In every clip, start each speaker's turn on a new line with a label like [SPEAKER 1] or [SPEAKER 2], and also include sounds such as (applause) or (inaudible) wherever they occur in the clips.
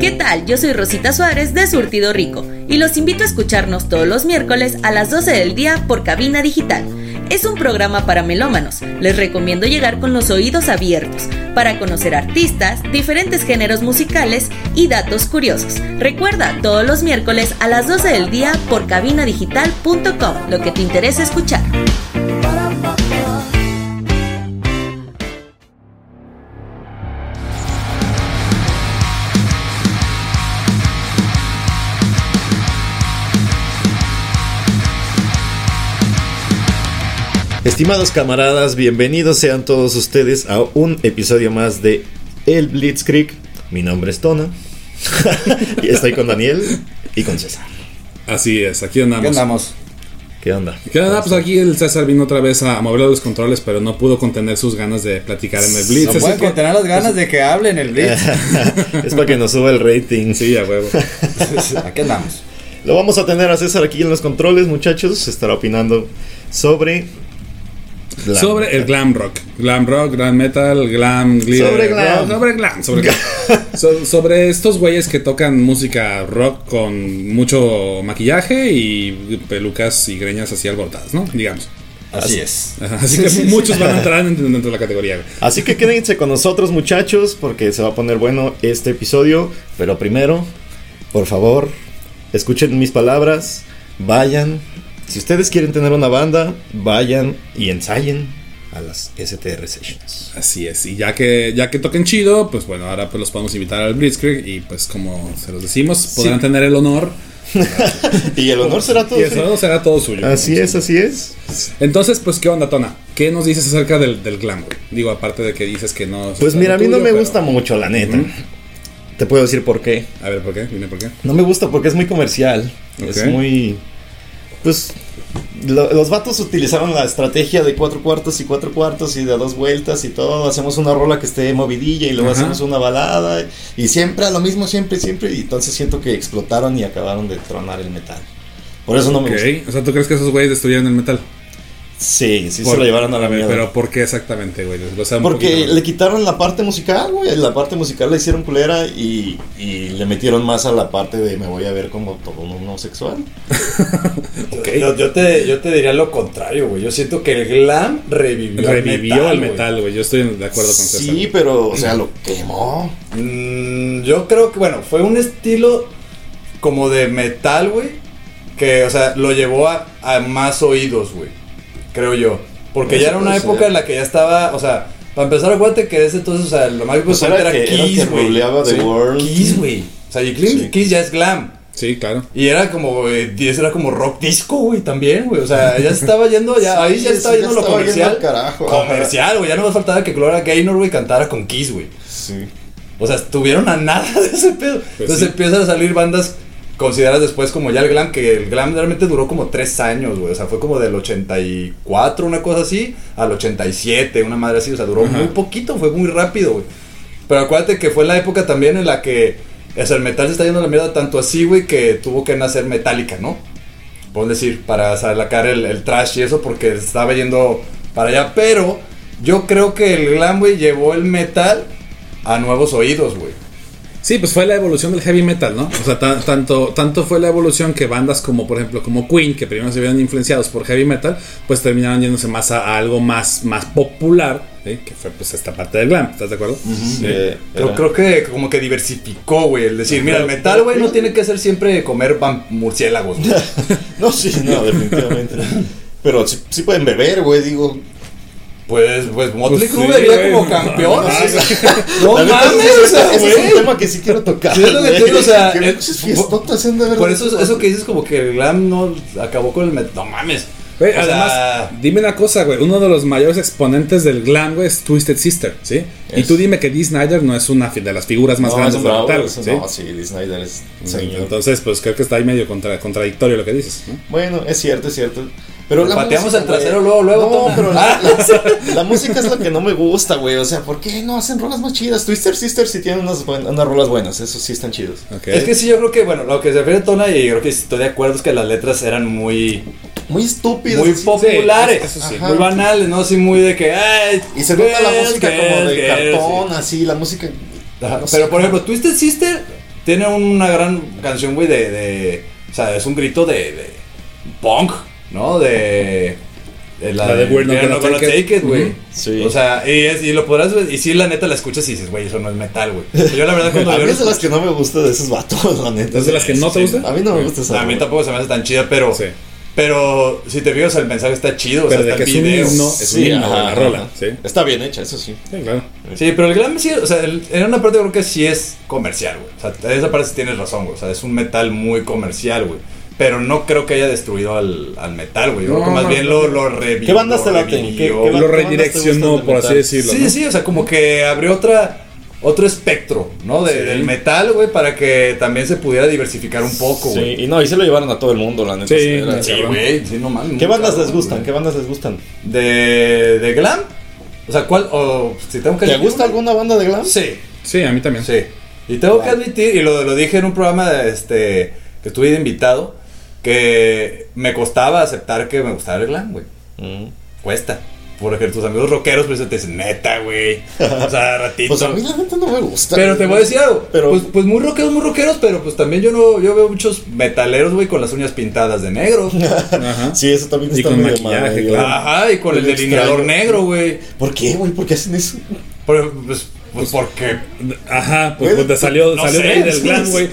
[SPEAKER 1] ¿Qué tal? Yo soy Rosita Suárez de Surtido Rico y los invito a escucharnos todos los miércoles a las 12 del día por Cabina Digital. Es un programa para melómanos. Les recomiendo llegar con los oídos abiertos para conocer artistas, diferentes géneros musicales y datos curiosos. Recuerda, todos los miércoles a las 12 del día por cabinadigital.com, lo que te interesa escuchar.
[SPEAKER 2] Estimados camaradas, bienvenidos sean todos ustedes a un episodio más de El Blitzkrieg. Mi nombre es Tona. (laughs) y estoy con Daniel y con César.
[SPEAKER 3] Así es, aquí andamos.
[SPEAKER 4] ¿Qué andamos?
[SPEAKER 2] ¿Qué onda? (laughs)
[SPEAKER 3] ¿Qué onda? Pues aquí el César vino otra vez a mover los controles, pero no pudo contener sus ganas de platicar en el Blitz.
[SPEAKER 4] No
[SPEAKER 3] así
[SPEAKER 4] pueden
[SPEAKER 3] que-
[SPEAKER 4] contener las ganas de que hablen el
[SPEAKER 2] (laughs)
[SPEAKER 4] Blitz. (laughs)
[SPEAKER 2] es para que nos suba el rating.
[SPEAKER 3] Sí, a huevo.
[SPEAKER 4] Aquí andamos.
[SPEAKER 2] Lo vamos a tener a César aquí en los controles, muchachos. Estará opinando sobre. la-
[SPEAKER 3] sobre el glam rock. Glam rock, glam metal, glam glitter.
[SPEAKER 2] Sobre glam.
[SPEAKER 3] rock, sobre glam. Sobre, glam. So- sobre estos güeyes que tocan música rock con mucho maquillaje y pelucas y greñas así alborotadas, ¿no? Digamos.
[SPEAKER 4] Así es.
[SPEAKER 3] Ajá, Así que
[SPEAKER 2] (laughs)
[SPEAKER 3] muchos van a entrar en- dentro de la categoría.
[SPEAKER 2] Así que quédense con nosotros, muchachos, porque se va a poner bueno este episodio. Pero primero, por favor, escuchen mis palabras. Vayan. Si ustedes quieren tener una banda, vayan y ensayen a las STR Sessions.
[SPEAKER 3] Así es, y ya que, ya que toquen chido, pues bueno, ahora pues los podemos invitar al Blitzkrieg y pues como se los decimos, podrán tener el honor
[SPEAKER 2] Y el honor será todo.
[SPEAKER 3] y eso será todo suyo.
[SPEAKER 2] Así es, así es.
[SPEAKER 3] Entonces, pues, ¿qué onda, Tona? ¿Qué nos dices acerca del, del glam, güey? Digo, aparte de que dices que no... es
[SPEAKER 2] Pues mira, a mí
[SPEAKER 3] tuyo,
[SPEAKER 2] no me
[SPEAKER 3] pero-
[SPEAKER 2] gusta mucho, la neta. Te puedo decir por qué.
[SPEAKER 3] A ver, ¿por qué? Dime por qué.
[SPEAKER 2] No me gusta porque es muy comercial. Es
[SPEAKER 3] Ok.
[SPEAKER 2] muy. Pues. lo- los vatos utilizaron la estrategia de cuatro cuartos y cuatro cuartos y de a dos vueltas y todo. Hacemos una rola que esté movidilla y luego
[SPEAKER 3] Ajá.
[SPEAKER 2] hacemos una balada. Y siempre a lo mismo, siempre, siempre. Y entonces siento que explotaron y acabaron de tronar el metal. Por eso no me
[SPEAKER 3] ok,
[SPEAKER 2] gusta.
[SPEAKER 3] o sea, ¿tú crees que esos güeyes destruyeron el metal?
[SPEAKER 2] Sí, sí se
[SPEAKER 3] Por-
[SPEAKER 2] lo llevaron a la mierda.
[SPEAKER 3] Pero ¿por qué exactamente, güey? O sea, un
[SPEAKER 2] Porque
[SPEAKER 3] poquito-
[SPEAKER 2] le quitaron la parte musical, güey. La parte musical la hicieron culera y, y le metieron más a la parte de me voy a ver como todo un homosexual.
[SPEAKER 4] Yo, yo te, yo te diría lo contrario, güey. Yo siento que el glam revivió, al
[SPEAKER 3] Revivió el
[SPEAKER 4] güey.
[SPEAKER 3] metal, güey. Yo estoy de acuerdo con César.
[SPEAKER 2] Sí, pero, o sea, lo quemó.
[SPEAKER 4] Mm, yo creo que, bueno, fue un estilo como de metal, güey. Que, o sea, lo llevó a, a más oídos, güey. Creo yo. Porque
[SPEAKER 2] Eso
[SPEAKER 4] ya era una
[SPEAKER 2] puede
[SPEAKER 4] época
[SPEAKER 2] ser.
[SPEAKER 4] en la que ya estaba, o sea, para empezar, acuérdate que desde entonces, o sea, lo más
[SPEAKER 2] Pues
[SPEAKER 4] importante
[SPEAKER 2] era
[SPEAKER 4] era,
[SPEAKER 2] que- era que
[SPEAKER 4] Kiss, güey.
[SPEAKER 2] ruleaba The World.
[SPEAKER 4] Kiss, güey. O sea, y Kiss-
[SPEAKER 2] Sí.
[SPEAKER 4] Kiss ya es glam.
[SPEAKER 3] Sí, claro.
[SPEAKER 4] Y era como, eh, y eso era como rock disco, güey, también, güey. O sea, ya se estaba yendo, ya, ahí
[SPEAKER 2] (laughs)
[SPEAKER 4] ya
[SPEAKER 2] Sí,
[SPEAKER 4] estaba
[SPEAKER 2] sí, ya
[SPEAKER 4] yendo lo
[SPEAKER 2] estaba
[SPEAKER 4] comercial.
[SPEAKER 2] yendo al carajo, ajá.
[SPEAKER 4] comercial, güey. Ya no más faltaba que Gloria Gaynor, güey, cantara con Kiss, güey.
[SPEAKER 2] Sí.
[SPEAKER 4] O sea, estuvieron a nada de ese pedo. Entonces
[SPEAKER 3] Pues sí.
[SPEAKER 4] empiezan a salir bandas consideradas después como ya el glam, que el glam realmente duró como tres años, güey. O sea, fue como del 84, una cosa así, al 87, una madre así. O sea, duró
[SPEAKER 3] Ajá.
[SPEAKER 4] muy poquito, fue muy rápido, güey. Pero acuérdate que fue la época también en la que o sea, el metal se está yendo a la mierda tanto así, güey, que tuvo que nacer Metallica, ¿no? Podemos decir, para sacar el, el trash y eso, porque estaba yendo para allá. Pero yo creo que el glam, güey, llevó el metal a nuevos oídos, güey.
[SPEAKER 3] Sí, pues fue la evolución del heavy metal, ¿no? O sea, ta- tanto, tanto fue la evolución que bandas como, por ejemplo, como Queen, que primero se vieron influenciados por heavy metal, pues terminaron yéndose más a, a algo más, más popular, ¿sí? que fue pues esta parte del glam, ¿estás de acuerdo? Sí.
[SPEAKER 2] Eh,
[SPEAKER 4] Pero
[SPEAKER 2] era-
[SPEAKER 4] creo que como que diversificó, güey. El decir, mira, el metal, güey, no tiene que ser siempre comer van-
[SPEAKER 2] (laughs)
[SPEAKER 4] murciélagos. güey.
[SPEAKER 2] (laughs) No, sí, no, definitivamente. pero sí, sí pueden beber, güey, digo.
[SPEAKER 4] Pues, pues Motley
[SPEAKER 3] Pues
[SPEAKER 4] Crue
[SPEAKER 3] sí,
[SPEAKER 4] debería
[SPEAKER 3] güey.
[SPEAKER 4] como campeón.
[SPEAKER 3] No,
[SPEAKER 2] Ah,
[SPEAKER 4] güey.
[SPEAKER 3] sí,
[SPEAKER 4] (laughs) No
[SPEAKER 2] La neta,
[SPEAKER 4] mames,
[SPEAKER 2] ese-
[SPEAKER 4] o sea,
[SPEAKER 2] ese es un
[SPEAKER 4] güey.
[SPEAKER 2] tema que sí quiero tocar.
[SPEAKER 4] Sí, es lo que
[SPEAKER 2] güey.
[SPEAKER 4] te digo, o sea,
[SPEAKER 2] Qué
[SPEAKER 4] el-
[SPEAKER 2] pinches fiestotas se han de haber
[SPEAKER 4] Por eso,
[SPEAKER 2] hecho.
[SPEAKER 4] eso que dices como que el glam no acabó con el metal. No mames.
[SPEAKER 3] (laughs) Güey,
[SPEAKER 4] O
[SPEAKER 3] además,
[SPEAKER 4] sea,
[SPEAKER 3] dime una cosa, güey. Uno de los mayores exponentes del glam, güey, es Twisted Sister, ¿sí? Y
[SPEAKER 2] Es.
[SPEAKER 3] tú dime que Dee Snyder no es una fi- de las figuras más
[SPEAKER 2] No, es
[SPEAKER 3] grandes
[SPEAKER 2] un
[SPEAKER 3] del
[SPEAKER 2] bravo,
[SPEAKER 3] metal,
[SPEAKER 2] es un-
[SPEAKER 3] ¿sí?
[SPEAKER 2] No, sí, Dee Snyder es señor.
[SPEAKER 3] Entonces, pues creo que está ahí medio contra- contradictorio lo que dices, ¿no?
[SPEAKER 2] Bueno, es cierto, es cierto. Pero la
[SPEAKER 4] Pateamos
[SPEAKER 2] música,
[SPEAKER 4] el trasero
[SPEAKER 2] güey.
[SPEAKER 4] luego, luego,
[SPEAKER 2] No,
[SPEAKER 4] toma. Ah.
[SPEAKER 2] pero la, la- la música es lo que no me gusta, güey. O sea, ¿por qué no hacen rolas más chidas? Twister Sisters sí tienen unas, buen- unas rolas buenas. Esos sí están chidos.
[SPEAKER 3] Ok.
[SPEAKER 4] es que sí, yo creo que, bueno, lo que se refiere a Tona, y creo que estoy de acuerdo, es que las letras eran muy,
[SPEAKER 2] Muy estúpidas.
[SPEAKER 4] muy
[SPEAKER 2] así.
[SPEAKER 4] populares,
[SPEAKER 3] eso sí.
[SPEAKER 4] muy banales, ¿no? Así muy de que, ay,
[SPEAKER 2] Y se nota la
[SPEAKER 4] girls,
[SPEAKER 2] música como
[SPEAKER 4] girls,
[SPEAKER 2] de
[SPEAKER 4] girls,
[SPEAKER 2] cartón, así. La música
[SPEAKER 4] Ajá,
[SPEAKER 3] No sé.
[SPEAKER 4] Pero por ejemplo, Twisted Sister tiene una gran canción, güey, de, de- O sea, es un grito de. de punk, ¿no? De. de
[SPEAKER 3] La de We're Not
[SPEAKER 4] We're
[SPEAKER 3] Gonna Take It.
[SPEAKER 4] güey.
[SPEAKER 3] Ujú.
[SPEAKER 2] Sí.
[SPEAKER 4] O sea, y, es- y lo podrás ver. Y si la neta la escuchas y dices, güey, eso no es
[SPEAKER 2] (laughs)
[SPEAKER 4] metal, güey. Yo la
[SPEAKER 3] Ah,
[SPEAKER 4] verdad cuando
[SPEAKER 2] A
[SPEAKER 4] yo
[SPEAKER 2] mí
[SPEAKER 4] lo
[SPEAKER 2] es de las que no me gusta de esos vatos, la neta.
[SPEAKER 3] ¿Es de las que no te gusta?
[SPEAKER 2] A mí no me gusta esa.
[SPEAKER 4] A mí
[SPEAKER 2] güey.
[SPEAKER 4] tampoco se me hace tan chida, pero.
[SPEAKER 3] Sí.
[SPEAKER 4] Pero si te fijas, el mensaje está chido.
[SPEAKER 3] Pero
[SPEAKER 4] o sea,
[SPEAKER 3] de
[SPEAKER 4] está el
[SPEAKER 3] que es un
[SPEAKER 4] video.
[SPEAKER 3] himno. Es un himno, güey, la rola, sí.
[SPEAKER 2] Está bien hecha, eso sí.
[SPEAKER 3] Sí, claro.
[SPEAKER 4] Sí, pero el glam sí, o sea, el- en una parte creo que sí es comercial, güey. O sea, en esa parte sí tienes razón, güey. O sea, es un metal muy comercial, güey. Pero no creo que haya destruido al, al metal, güey. Yo creo
[SPEAKER 3] No,
[SPEAKER 4] que más
[SPEAKER 3] no,
[SPEAKER 4] bien
[SPEAKER 3] no.
[SPEAKER 4] lo, lo revivió.
[SPEAKER 2] ¿Qué bandas te
[SPEAKER 4] lo
[SPEAKER 2] laten?
[SPEAKER 4] revivió.
[SPEAKER 2] ¿Qué- qué
[SPEAKER 3] Lo
[SPEAKER 2] bandas te gustan
[SPEAKER 3] redireccionó,
[SPEAKER 2] de
[SPEAKER 3] por así
[SPEAKER 2] metal?
[SPEAKER 3] decirlo.
[SPEAKER 4] Sí,
[SPEAKER 3] ¿no?
[SPEAKER 4] sí, o sea, como que abrió otra otro espectro, ¿no? De-
[SPEAKER 3] Sí.
[SPEAKER 4] Del metal, güey, para que también se pudiera diversificar un poco,
[SPEAKER 2] Sí,
[SPEAKER 4] güey.
[SPEAKER 2] y no, y se lo llevaron a todo el mundo, la neta.
[SPEAKER 3] Sí,
[SPEAKER 2] Era-
[SPEAKER 3] sí.
[SPEAKER 4] sí, no mames.
[SPEAKER 2] ¿Qué
[SPEAKER 4] muy
[SPEAKER 2] bandas
[SPEAKER 4] cabrón,
[SPEAKER 2] les gustan? ¿Qué
[SPEAKER 4] güey.
[SPEAKER 2] bandas les gustan?
[SPEAKER 4] De, de glam. O sea, ¿cuál? O, si tengo que
[SPEAKER 2] ¿Te
[SPEAKER 4] elegir
[SPEAKER 2] gusta
[SPEAKER 4] una.
[SPEAKER 2] alguna banda de glam?
[SPEAKER 4] Pues Sí,
[SPEAKER 3] Sí, a mí también.
[SPEAKER 4] Sí. Y tengo que admitir, y lo, lo dije en un programa este, que estuve de invitado, que me costaba aceptar que me gustaba el glam, güey.
[SPEAKER 2] Mm.
[SPEAKER 4] Cuesta. Porque tus amigos rockeros pues, te dicen, neta, güey. O (laughs) sea, ratito.
[SPEAKER 2] Pues a mí la neta no me gusta.
[SPEAKER 4] pero te voy a decir algo.
[SPEAKER 2] Pero- (laughs)
[SPEAKER 4] Pues, pues muy rockeros, muy rockeros, pero pues también yo no, yo veo muchos metaleros, güey, con las uñas pintadas de (laughs) negro.
[SPEAKER 3] Ajá.
[SPEAKER 2] Sí, eso también
[SPEAKER 3] Y
[SPEAKER 2] está
[SPEAKER 3] con
[SPEAKER 2] medio
[SPEAKER 3] maquillaje,
[SPEAKER 2] mal,
[SPEAKER 3] claro.
[SPEAKER 2] güey.
[SPEAKER 4] Ajá, y con el
[SPEAKER 2] Muy
[SPEAKER 4] delineador
[SPEAKER 2] extraño.
[SPEAKER 4] negro, güey.
[SPEAKER 2] ¿Por qué, güey? ¿Por qué hacen eso?
[SPEAKER 4] Por- Pues, pues porque
[SPEAKER 3] Ajá, pues,
[SPEAKER 2] Güey,
[SPEAKER 3] pues, salió,
[SPEAKER 4] no
[SPEAKER 3] salió
[SPEAKER 4] sé.
[SPEAKER 3] de ahí del glam, güey.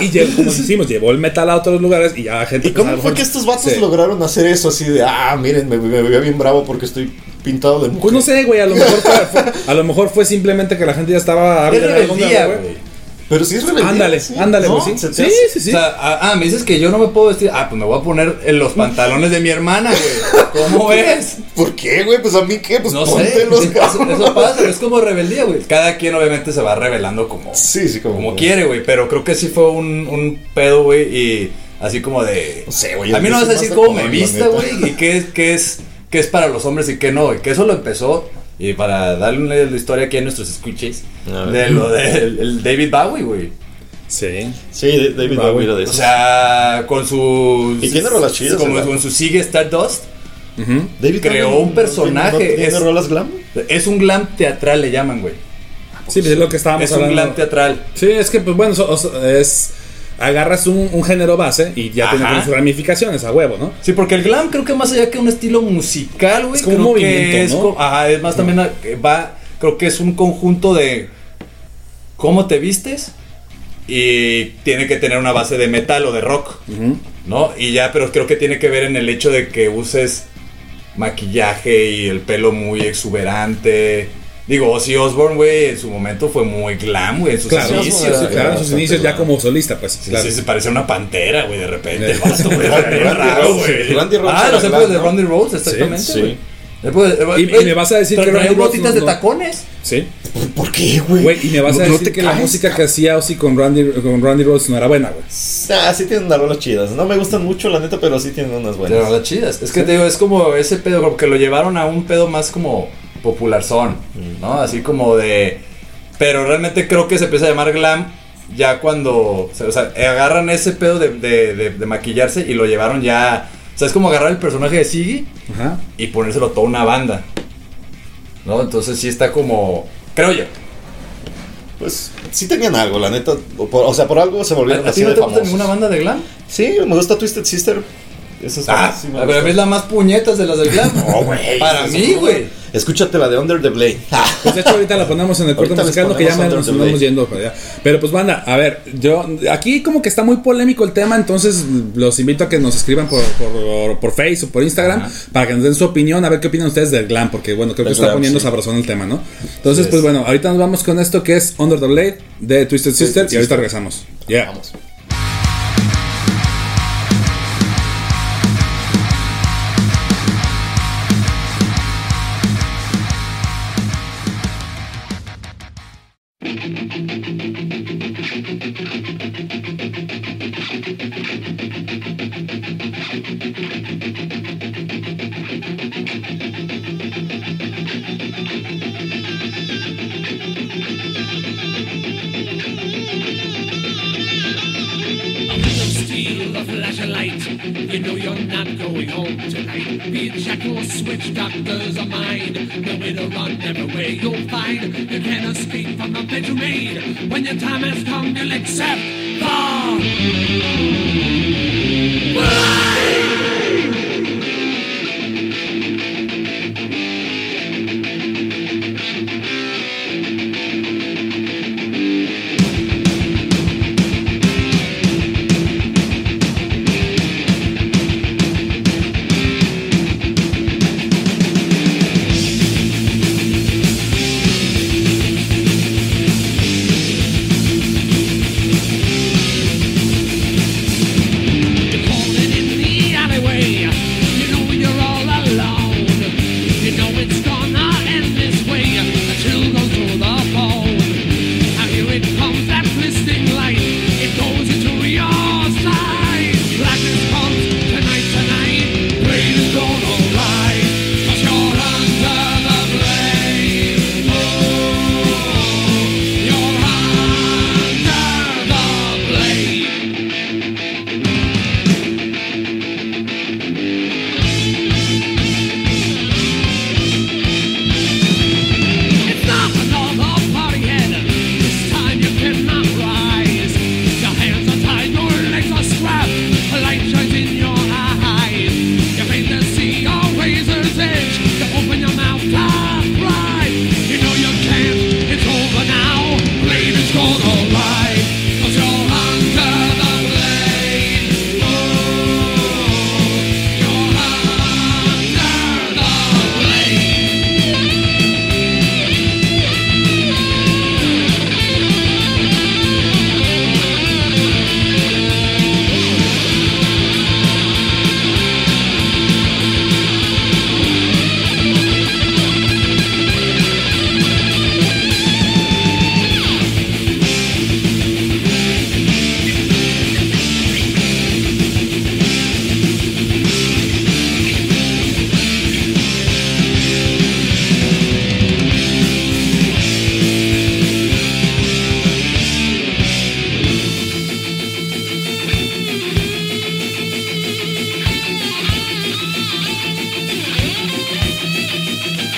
[SPEAKER 3] Y, y lle- como decimos, llevó el metal a otros lugares y ya la gente.
[SPEAKER 2] ¿Y cómo
[SPEAKER 3] pues, a lo
[SPEAKER 2] fue
[SPEAKER 3] mejor-
[SPEAKER 2] que estos vatos
[SPEAKER 3] Sí.
[SPEAKER 2] lograron hacer eso así de, ah, miren, me, me veía bien bravo porque estoy pintado de mujer?
[SPEAKER 3] Pues no sé, güey. A lo mejor fue, fue- a lo mejor fue simplemente que la gente ya estaba
[SPEAKER 4] es
[SPEAKER 3] ávida de algún
[SPEAKER 4] rebeldía,
[SPEAKER 3] lado,
[SPEAKER 4] güey.
[SPEAKER 2] Pero sí es rebelde.
[SPEAKER 3] Ándale, ándale,
[SPEAKER 4] pues
[SPEAKER 3] güey. sí, sí, sí, sí.
[SPEAKER 4] O sea, ah, ah, me dices que yo no me puedo vestir. Ah, pues me voy a poner en los pantalones de mi hermana, güey.
[SPEAKER 2] (laughs)
[SPEAKER 4] ¿Cómo ves?
[SPEAKER 2] ¿Por qué, güey? Pues a mí qué, pues
[SPEAKER 4] No sé.
[SPEAKER 2] póntelos,
[SPEAKER 4] Eso,
[SPEAKER 2] cabrón.
[SPEAKER 4] eso pasa, es como rebeldía, güey. Cada quien obviamente se va revelando como,
[SPEAKER 2] Sí, sí, como.
[SPEAKER 4] como quiere, güey. Pero creo que sí fue un, un pedo, güey. Y así como de.
[SPEAKER 2] No sé, güey,
[SPEAKER 4] A mí no
[SPEAKER 2] yo soy
[SPEAKER 4] vas a
[SPEAKER 2] más
[SPEAKER 4] decir cómo me
[SPEAKER 2] alcohol, la
[SPEAKER 4] vista,
[SPEAKER 2] neta.
[SPEAKER 4] güey. Y qué es, qué es, qué es para los hombres y qué no. Y que eso lo empezó. Y para darle la historia aquí a nuestros escuches.
[SPEAKER 2] A ver.
[SPEAKER 4] De lo del el David Bowie, güey.
[SPEAKER 3] sí.
[SPEAKER 2] Sí, David
[SPEAKER 3] Ah,
[SPEAKER 2] Bowie
[SPEAKER 3] güey.
[SPEAKER 2] era de
[SPEAKER 4] O
[SPEAKER 2] esos.
[SPEAKER 4] sea, con su.
[SPEAKER 2] Y tiene rolas chidas,
[SPEAKER 4] Como
[SPEAKER 2] ¿verdad?
[SPEAKER 4] con su Sigue Stardust.
[SPEAKER 3] Ujú.
[SPEAKER 2] David
[SPEAKER 4] creó
[SPEAKER 2] Bowie,
[SPEAKER 4] un
[SPEAKER 2] ¿no?
[SPEAKER 4] personaje,
[SPEAKER 2] ¿No ¿Tiene
[SPEAKER 4] es-
[SPEAKER 2] rolas glam?
[SPEAKER 4] Es un glam teatral, le llaman, güey.
[SPEAKER 3] Sí, pues es lo que estábamos
[SPEAKER 4] Es un
[SPEAKER 3] hablando.
[SPEAKER 4] glam teatral.
[SPEAKER 3] Sí, es que, pues bueno, so- o sea, es. Agarras un, un género base y ya tiene
[SPEAKER 4] Ajá.
[SPEAKER 3] como sus ramificaciones a huevo, ¿no?
[SPEAKER 4] Sí, porque el glam creo que más allá que un estilo musical, güey.
[SPEAKER 3] Es como un
[SPEAKER 4] creo que
[SPEAKER 3] movimiento,
[SPEAKER 4] es
[SPEAKER 3] ¿no?
[SPEAKER 4] co- Ajá, es más también a- que va. Creo que es un conjunto de cómo te vistes. Y tiene que tener una base de metal o de rock.
[SPEAKER 3] Ujú.
[SPEAKER 4] ¿no? Y ya, pero creo que tiene que ver en el hecho de que uses maquillaje y el pelo muy exuberante. Digo, Ozzy Osbourne, güey, en su momento fue muy glam, güey, en sus
[SPEAKER 3] Claro,
[SPEAKER 4] inicios.
[SPEAKER 3] sí, sí, claro, en sus
[SPEAKER 2] bastante
[SPEAKER 3] inicios ya
[SPEAKER 2] bueno.
[SPEAKER 3] como solista, pues.
[SPEAKER 4] Sí,
[SPEAKER 3] claro.
[SPEAKER 4] sí, se parece a una pantera, güey, de repente. el
[SPEAKER 3] Sí.
[SPEAKER 4] vato, güey,
[SPEAKER 2] Randy
[SPEAKER 4] bien raro,
[SPEAKER 2] Rhoads,
[SPEAKER 4] güey.
[SPEAKER 2] Randy Rhoads
[SPEAKER 4] Ah,
[SPEAKER 2] era
[SPEAKER 4] los épocas de
[SPEAKER 2] glam, ¿no?
[SPEAKER 4] Randy Rhodes, exactamente,
[SPEAKER 2] Sí, sí.
[SPEAKER 4] güey. Épocas de-
[SPEAKER 3] Y- y
[SPEAKER 4] güey,
[SPEAKER 3] me vas a decir
[SPEAKER 4] tra-
[SPEAKER 3] que
[SPEAKER 4] traía
[SPEAKER 3] Randy Rhoads
[SPEAKER 4] botitas
[SPEAKER 3] no-
[SPEAKER 4] de tacones.
[SPEAKER 3] Sí.
[SPEAKER 2] ¿Por qué, güey?
[SPEAKER 3] Güey, y me vas a
[SPEAKER 2] ¿No- no
[SPEAKER 3] decir
[SPEAKER 2] te
[SPEAKER 3] que la
[SPEAKER 2] caes?
[SPEAKER 3] música que hacía Ozzy con Randy, con Randy Rhoads no era buena, güey.
[SPEAKER 2] Ah, sí tienen unas rolas chidas. No me gustan mucho, la neta, pero sí tienen unas
[SPEAKER 4] De
[SPEAKER 2] buenas.
[SPEAKER 4] verdad, chidas. Es que te digo, es como ese pedo, como que lo llevaron a un pedo más como popular son, ¿no? Así como de. Pero realmente creo que se empieza a llamar glam ya cuando. O sea, o sea, agarran ese pedo de, de- de- de maquillarse y lo llevaron ya. O sea, es como agarrar el personaje de Siggy
[SPEAKER 3] Ajá.
[SPEAKER 4] y ponérselo toda una banda. ¿No? Entonces sí está como. Creo yo.
[SPEAKER 2] Pues sí tenían algo, la neta. O, por- o sea, por algo se volvieron
[SPEAKER 4] ¿A, a
[SPEAKER 2] así
[SPEAKER 4] ti no
[SPEAKER 2] de
[SPEAKER 4] te gusta
[SPEAKER 2] famosos.
[SPEAKER 4] ninguna banda de glam?
[SPEAKER 2] Sí, me gusta Twisted Sister. Esa es
[SPEAKER 4] Ah,
[SPEAKER 2] sí me
[SPEAKER 4] a ver,
[SPEAKER 2] gusta.
[SPEAKER 4] es la más puñetas de las del glam.
[SPEAKER 2] No, güey.
[SPEAKER 4] (laughs) Para mí, güey. Ah,
[SPEAKER 2] Escúchate la de Under the Blade.
[SPEAKER 3] Pues de hecho ahorita la ponemos en el corte
[SPEAKER 2] Ahorita les
[SPEAKER 3] musical, ¿no? que ya
[SPEAKER 2] ponemos
[SPEAKER 3] me-
[SPEAKER 2] Under
[SPEAKER 3] nos
[SPEAKER 2] the
[SPEAKER 3] andamos
[SPEAKER 2] Blade.
[SPEAKER 3] yendo para allá. Pero pues banda, a ver, yo aquí como que está muy polémico el tema, entonces los invito a que nos escriban por, por, por Face o por Instagram para que nos den su opinión, a ver qué opinan ustedes del glam, porque bueno, creo que
[SPEAKER 2] Del
[SPEAKER 3] está
[SPEAKER 2] glam,
[SPEAKER 3] poniendo
[SPEAKER 2] sí.
[SPEAKER 3] sabrosón el tema, ¿no? Entonces,
[SPEAKER 2] Así
[SPEAKER 3] pues
[SPEAKER 2] es.
[SPEAKER 3] bueno, ahorita nos vamos con esto que es Under the Blade de Twisted Sister y ahorita
[SPEAKER 2] Sister.
[SPEAKER 3] regresamos. Ya.
[SPEAKER 2] Vamos.
[SPEAKER 5] steel, a flashlight light. You know you're not going home tonight. Being shackled, switch doctors of mind. Nowhere to run, everywhere you'll find. You can't escape from the bed you made. When your time has come, you'll accept the You're calling in the alleyway. You know you're all alone. You know it's gonna end this way. The chill goes to the bone. And here it comes, that blistering light. It goes into your side. Blackness comes tonight, tonight. Rain is gonna rise. 'Cause you're under the blade. Oh, you're under the blade. It's not another party head. This time you cannot rise. Your hands are tied, your legs are strapped. A light shines in your eyes. You faint to see your razor's edge. You open your mouth to cry. You know you can't. It's over now. Blade is gonna lie. 'Cause you're under the blade. Oh, you're under the blade.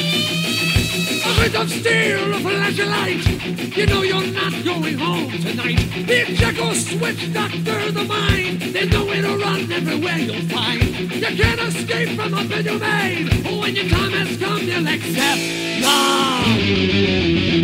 [SPEAKER 5] A bit of steel, a flash of light. You know you're not going home tonight. If Jekyll switch doctor the mind, there's nowhere to run, everywhere you'll find. You can't escape from a bit you made. When your time has come, you'll accept love.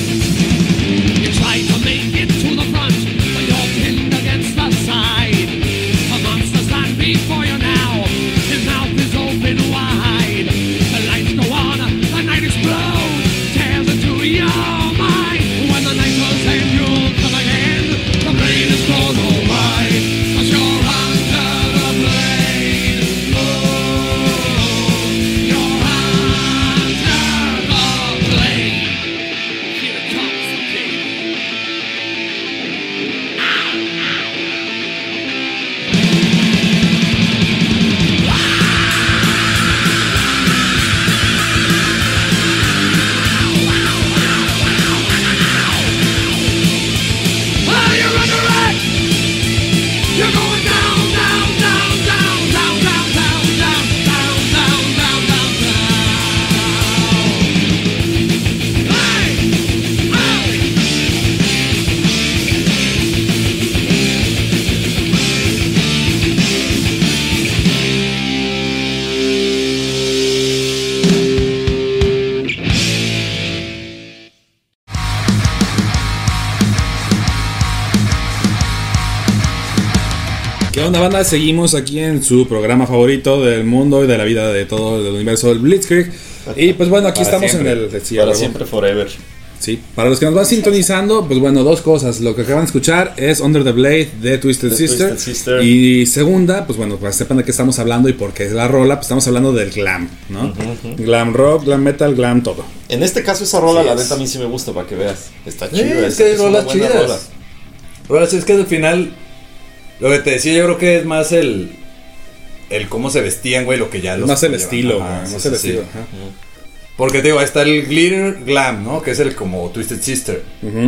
[SPEAKER 5] You try to make it to the front, but you're pinned against the side. A monster's not before you now. His mouth is open wide. The lights go on, the night explodes, tears into your mind. When the night goes and you'll come again, the blade is gone all right. 'Cause you're under the blade. Oh, you're under the blade. Here comes the king. Oh, you're under it. You're going down, down, down, down, down, down, down, down, down, down, down, down, down. Hey, hey.
[SPEAKER 3] ¿Qué onda, banda? Seguimos aquí en su programa favorito del mundo y de la vida de todo el universo del Blitzkrieg. Y pues bueno, aquí
[SPEAKER 2] Para
[SPEAKER 3] estamos
[SPEAKER 2] siempre.
[SPEAKER 3] en el. sí, a
[SPEAKER 2] Para
[SPEAKER 3] huevo.
[SPEAKER 2] siempre, forever.
[SPEAKER 3] Sí, para los que nos van sintonizando, pues bueno, dos cosas. Lo que acaban de escuchar es Under the Blade de Twisted,
[SPEAKER 2] De
[SPEAKER 3] Sister,
[SPEAKER 2] Twisted Sister.
[SPEAKER 3] Y segunda, pues bueno, para que sepan de qué estamos hablando y por qué es la rola, pues estamos hablando del glam, ¿no? Glam rock, glam metal, glam todo.
[SPEAKER 2] En este caso, esa rola,
[SPEAKER 4] Sí,
[SPEAKER 2] la
[SPEAKER 4] es.
[SPEAKER 2] neta, a mí sí me gusta, para que veas. Está
[SPEAKER 4] Sí,
[SPEAKER 2] chida.
[SPEAKER 4] es
[SPEAKER 2] esta
[SPEAKER 4] que hay
[SPEAKER 2] una
[SPEAKER 4] rolas
[SPEAKER 2] buena
[SPEAKER 4] chidas.
[SPEAKER 2] rola.
[SPEAKER 4] Rolas, es que al final, lo que te decía yo creo que es más el, el cómo se vestían, güey, lo que ya los...
[SPEAKER 3] más el
[SPEAKER 4] llevan.
[SPEAKER 3] estilo,
[SPEAKER 4] Ajá,
[SPEAKER 3] güey,
[SPEAKER 4] sí,
[SPEAKER 3] más
[SPEAKER 4] sí,
[SPEAKER 3] el
[SPEAKER 4] sí.
[SPEAKER 3] estilo. ajá.
[SPEAKER 4] Porque te digo, ahí está el Glitter Glam, ¿no? Que es el como Twisted Sister.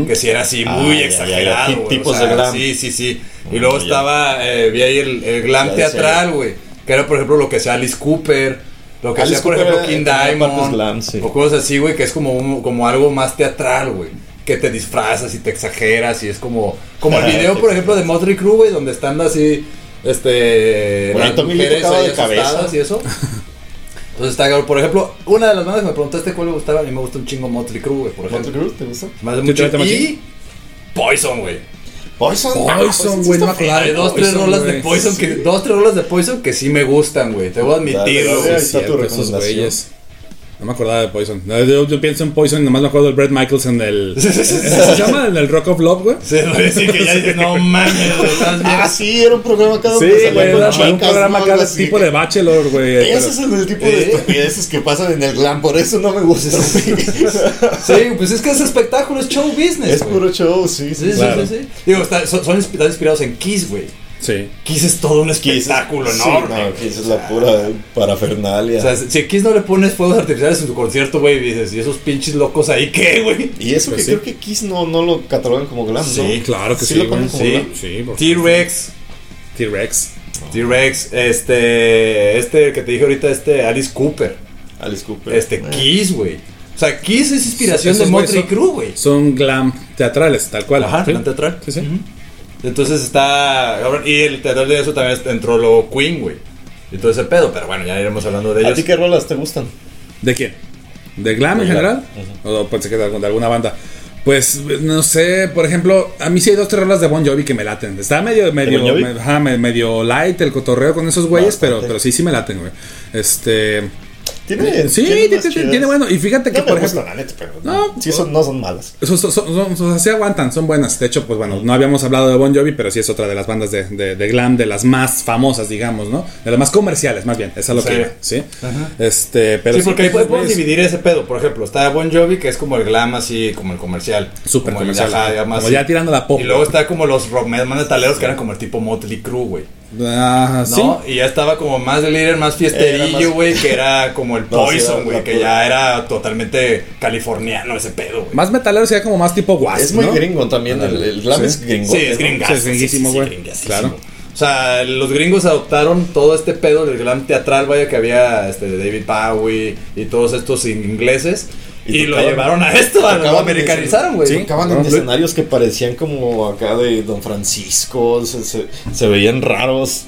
[SPEAKER 4] Que si era así,
[SPEAKER 2] Ah, ya,
[SPEAKER 4] muy
[SPEAKER 2] ya, ya.
[SPEAKER 4] exagerado.
[SPEAKER 2] Ti-
[SPEAKER 4] güey,
[SPEAKER 2] tipos de glam.
[SPEAKER 4] Sí, sí, sí. Y
[SPEAKER 2] Mm,
[SPEAKER 4] luego
[SPEAKER 2] ya.
[SPEAKER 4] estaba, eh, vi ahí el, el glam
[SPEAKER 2] Ya decía.
[SPEAKER 4] teatral, güey. Que era, por ejemplo, lo que hacía Alice Cooper. Lo que
[SPEAKER 2] Alice
[SPEAKER 4] hacía, por
[SPEAKER 2] Cooper
[SPEAKER 4] ejemplo,
[SPEAKER 2] era-
[SPEAKER 4] King
[SPEAKER 2] tenía
[SPEAKER 4] Diamond.
[SPEAKER 2] partes glam, sí.
[SPEAKER 4] O cosas así, güey, que es como, un- como algo más teatral, güey. Que te disfrazas y te exageras y es como...
[SPEAKER 2] (laughs)
[SPEAKER 4] Como el video, por ejemplo, de Motley Crue, güey, donde están así... Este...
[SPEAKER 2] Bueno,
[SPEAKER 4] las
[SPEAKER 2] también le
[SPEAKER 4] mujeres
[SPEAKER 2] tocaba
[SPEAKER 4] ahí
[SPEAKER 2] de cabeza.
[SPEAKER 4] asustadas y eso. Entonces está cabrón. Por ejemplo, una de las bandas que me preguntaste cuál me gustaba, a mí me gusta un chingo Motley Crue, güey, por ejemplo.
[SPEAKER 2] ¿Te gusta?
[SPEAKER 4] Más de
[SPEAKER 3] ¿Tú
[SPEAKER 4] mucho.
[SPEAKER 3] te metes
[SPEAKER 4] Y Poison, güey.
[SPEAKER 2] Ah, Poison.
[SPEAKER 4] Oh,
[SPEAKER 3] Poison, güey, no me acordaba
[SPEAKER 4] Hay
[SPEAKER 3] de
[SPEAKER 4] dos, tres
[SPEAKER 3] Poison,
[SPEAKER 4] rolas de
[SPEAKER 3] güey.
[SPEAKER 4] Poison que, dos, tres rolas de Poison que sí me gustan, güey. Te voy a admitir,
[SPEAKER 2] Dale,
[SPEAKER 4] güey.
[SPEAKER 2] dale.
[SPEAKER 3] Sí,
[SPEAKER 2] está tu
[SPEAKER 3] cierto, esos
[SPEAKER 2] recomendación.
[SPEAKER 3] güeyes. No me acordaba de Poison. No, Yo, yo pienso en Poison y nomás me acuerdo del Brett Michaels en el. ¿Cómo se llama? En el Rock of Love, güey.
[SPEAKER 4] Se lo decir que ya dije, no mames, güey, estás bien.
[SPEAKER 2] Ah, sí, era un programa cada
[SPEAKER 3] Sí,
[SPEAKER 2] donde salían
[SPEAKER 3] güey,
[SPEAKER 2] con
[SPEAKER 3] era para un
[SPEAKER 2] chicas,
[SPEAKER 3] programa
[SPEAKER 2] ¿no?
[SPEAKER 3] cada
[SPEAKER 2] Así.
[SPEAKER 3] tipo de Bachelor, güey.
[SPEAKER 2] Ese
[SPEAKER 3] Pero-
[SPEAKER 2] es el tipo de estupideces que pasan en el glam, por eso no me
[SPEAKER 4] (laughs)
[SPEAKER 2] gusta.
[SPEAKER 4] Sí, pues es que es espectáculo, es show
[SPEAKER 2] (laughs)
[SPEAKER 4] business.
[SPEAKER 2] es
[SPEAKER 4] güey.
[SPEAKER 2] puro show, sí,
[SPEAKER 4] Sí,
[SPEAKER 2] sí.
[SPEAKER 4] sí,
[SPEAKER 3] Claro.
[SPEAKER 4] sí, sí. Digo, está- son, son insp- están inspirados en Kiss, güey.
[SPEAKER 3] Sí.
[SPEAKER 4] Kiss es todo un
[SPEAKER 2] Kiss es-
[SPEAKER 4] espectáculo
[SPEAKER 2] sí,
[SPEAKER 4] enorme.
[SPEAKER 2] no,
[SPEAKER 4] güey.
[SPEAKER 2] Kiss es la pura parafernalia.
[SPEAKER 4] O sea, si a Kiss no le pones fuegos artificiales en tu concierto, güey, y dices, ¿y esos pinches locos ahí qué, güey?
[SPEAKER 2] y eso que
[SPEAKER 3] pues sí.
[SPEAKER 2] creo que Kiss no, no lo catalogan como glam, ¿no?
[SPEAKER 4] Sí,
[SPEAKER 3] Claro que sí.
[SPEAKER 2] Sí lo ponen
[SPEAKER 3] güey.
[SPEAKER 2] como
[SPEAKER 4] glam.
[SPEAKER 3] Sí, por-
[SPEAKER 4] T-Rex,
[SPEAKER 3] T-Rex.
[SPEAKER 4] T-Rex, este, este que te dije ahorita, este Alice Cooper,
[SPEAKER 2] Alice Cooper.
[SPEAKER 4] este
[SPEAKER 2] Eh.
[SPEAKER 4] Kiss, güey. O sea, Kiss es inspiración
[SPEAKER 3] Esos
[SPEAKER 4] de
[SPEAKER 3] güeyes
[SPEAKER 4] Motley
[SPEAKER 3] son-
[SPEAKER 4] Crue, güey.
[SPEAKER 3] Son glam teatrales, tal cual.
[SPEAKER 4] Ajá,
[SPEAKER 3] Sí.
[SPEAKER 4] glam teatral.
[SPEAKER 3] Sí, sí.
[SPEAKER 4] Entonces está, cabrón, y el teatral de eso también entró lo Queen, güey. Y todo ese pedo, pero bueno, ya iremos hablando de
[SPEAKER 2] ¿A ti
[SPEAKER 4] ellos.
[SPEAKER 2] qué rolas te gustan?
[SPEAKER 3] ¿De quién? ¿De glam en general? O pensé que de, algún- de alguna banda. Pues no sé, por ejemplo, a mí sí hay dos tres rolas de Bon Jovi que me laten. Está medio medio
[SPEAKER 2] Bon Jovi?
[SPEAKER 3] me- ajá, me- medio light el cotorreo con esos güeyes, pero
[SPEAKER 2] Bastante.
[SPEAKER 3] pero sí sí me laten, güey. Este,
[SPEAKER 2] Tiene.
[SPEAKER 3] sí,
[SPEAKER 2] tiene,
[SPEAKER 3] tiene,
[SPEAKER 2] unas
[SPEAKER 3] tiene-
[SPEAKER 2] chidas.
[SPEAKER 3] tiene bueno y fíjate que
[SPEAKER 2] No me
[SPEAKER 3] por
[SPEAKER 2] gustan,
[SPEAKER 3] ejemplo,
[SPEAKER 2] la neta, pero.
[SPEAKER 3] No,
[SPEAKER 2] sí, son, no son malas.
[SPEAKER 3] son, son- son- son- o sea, se aguantan, son buenas. De hecho, pues bueno, no habíamos hablado de Bon Jovi, pero sí es otra de las bandas de, de- de glam, de las más famosas, digamos, ¿no? De las más comerciales, más bien. Esa es lo que
[SPEAKER 4] Sí.
[SPEAKER 3] iba, ¿sí? Este, pero
[SPEAKER 4] Sí, porque ahí
[SPEAKER 3] pues,
[SPEAKER 4] podemos
[SPEAKER 3] güeyes-
[SPEAKER 4] dividir ese pedo. Por ejemplo, está Bon Jovi, que es como el glam así, como el comercial.
[SPEAKER 3] Súper
[SPEAKER 4] Como el-
[SPEAKER 3] comercial,
[SPEAKER 4] ajá,
[SPEAKER 3] ¿no?
[SPEAKER 4] digamos
[SPEAKER 3] Como
[SPEAKER 4] así.
[SPEAKER 3] ya tirando la pop.
[SPEAKER 4] Y luego está como los rock más metaleros que eran como el tipo Motley Crue, güey.
[SPEAKER 3] Ah, sí.
[SPEAKER 4] ¿No? Y ya estaba como más de líder, más
[SPEAKER 2] Era
[SPEAKER 4] fiesterillo,
[SPEAKER 2] más-
[SPEAKER 4] güey, que era como el
[SPEAKER 2] No, sí,
[SPEAKER 4] Poison,
[SPEAKER 2] era
[SPEAKER 4] güey,
[SPEAKER 2] la
[SPEAKER 4] que
[SPEAKER 2] pura-
[SPEAKER 4] ya era totalmente californiano ese pedo, güey.
[SPEAKER 3] Más metalero sería como más tipo guas.
[SPEAKER 2] Es muy
[SPEAKER 3] Ah, ¿no?
[SPEAKER 2] gringo también. El, el glam
[SPEAKER 3] Sí.
[SPEAKER 2] es gringo.
[SPEAKER 4] Sí, es gringas.
[SPEAKER 3] Sí, es gringuísimo, güey. Claro.
[SPEAKER 4] O sea, los gringos adoptaron todo este pedo del glam teatral, vaya, que había este, de David Bowie y todos estos ingleses. Y,
[SPEAKER 2] Y
[SPEAKER 4] lo
[SPEAKER 2] tocaban-
[SPEAKER 4] llevaron a esto, a- lo
[SPEAKER 2] tocaban en
[SPEAKER 4] americanizaron, güey.
[SPEAKER 2] Sí, acaban en
[SPEAKER 3] Tocaban-
[SPEAKER 2] escenarios que parecían como acá de Don Francisco. Se, se- se veían raros.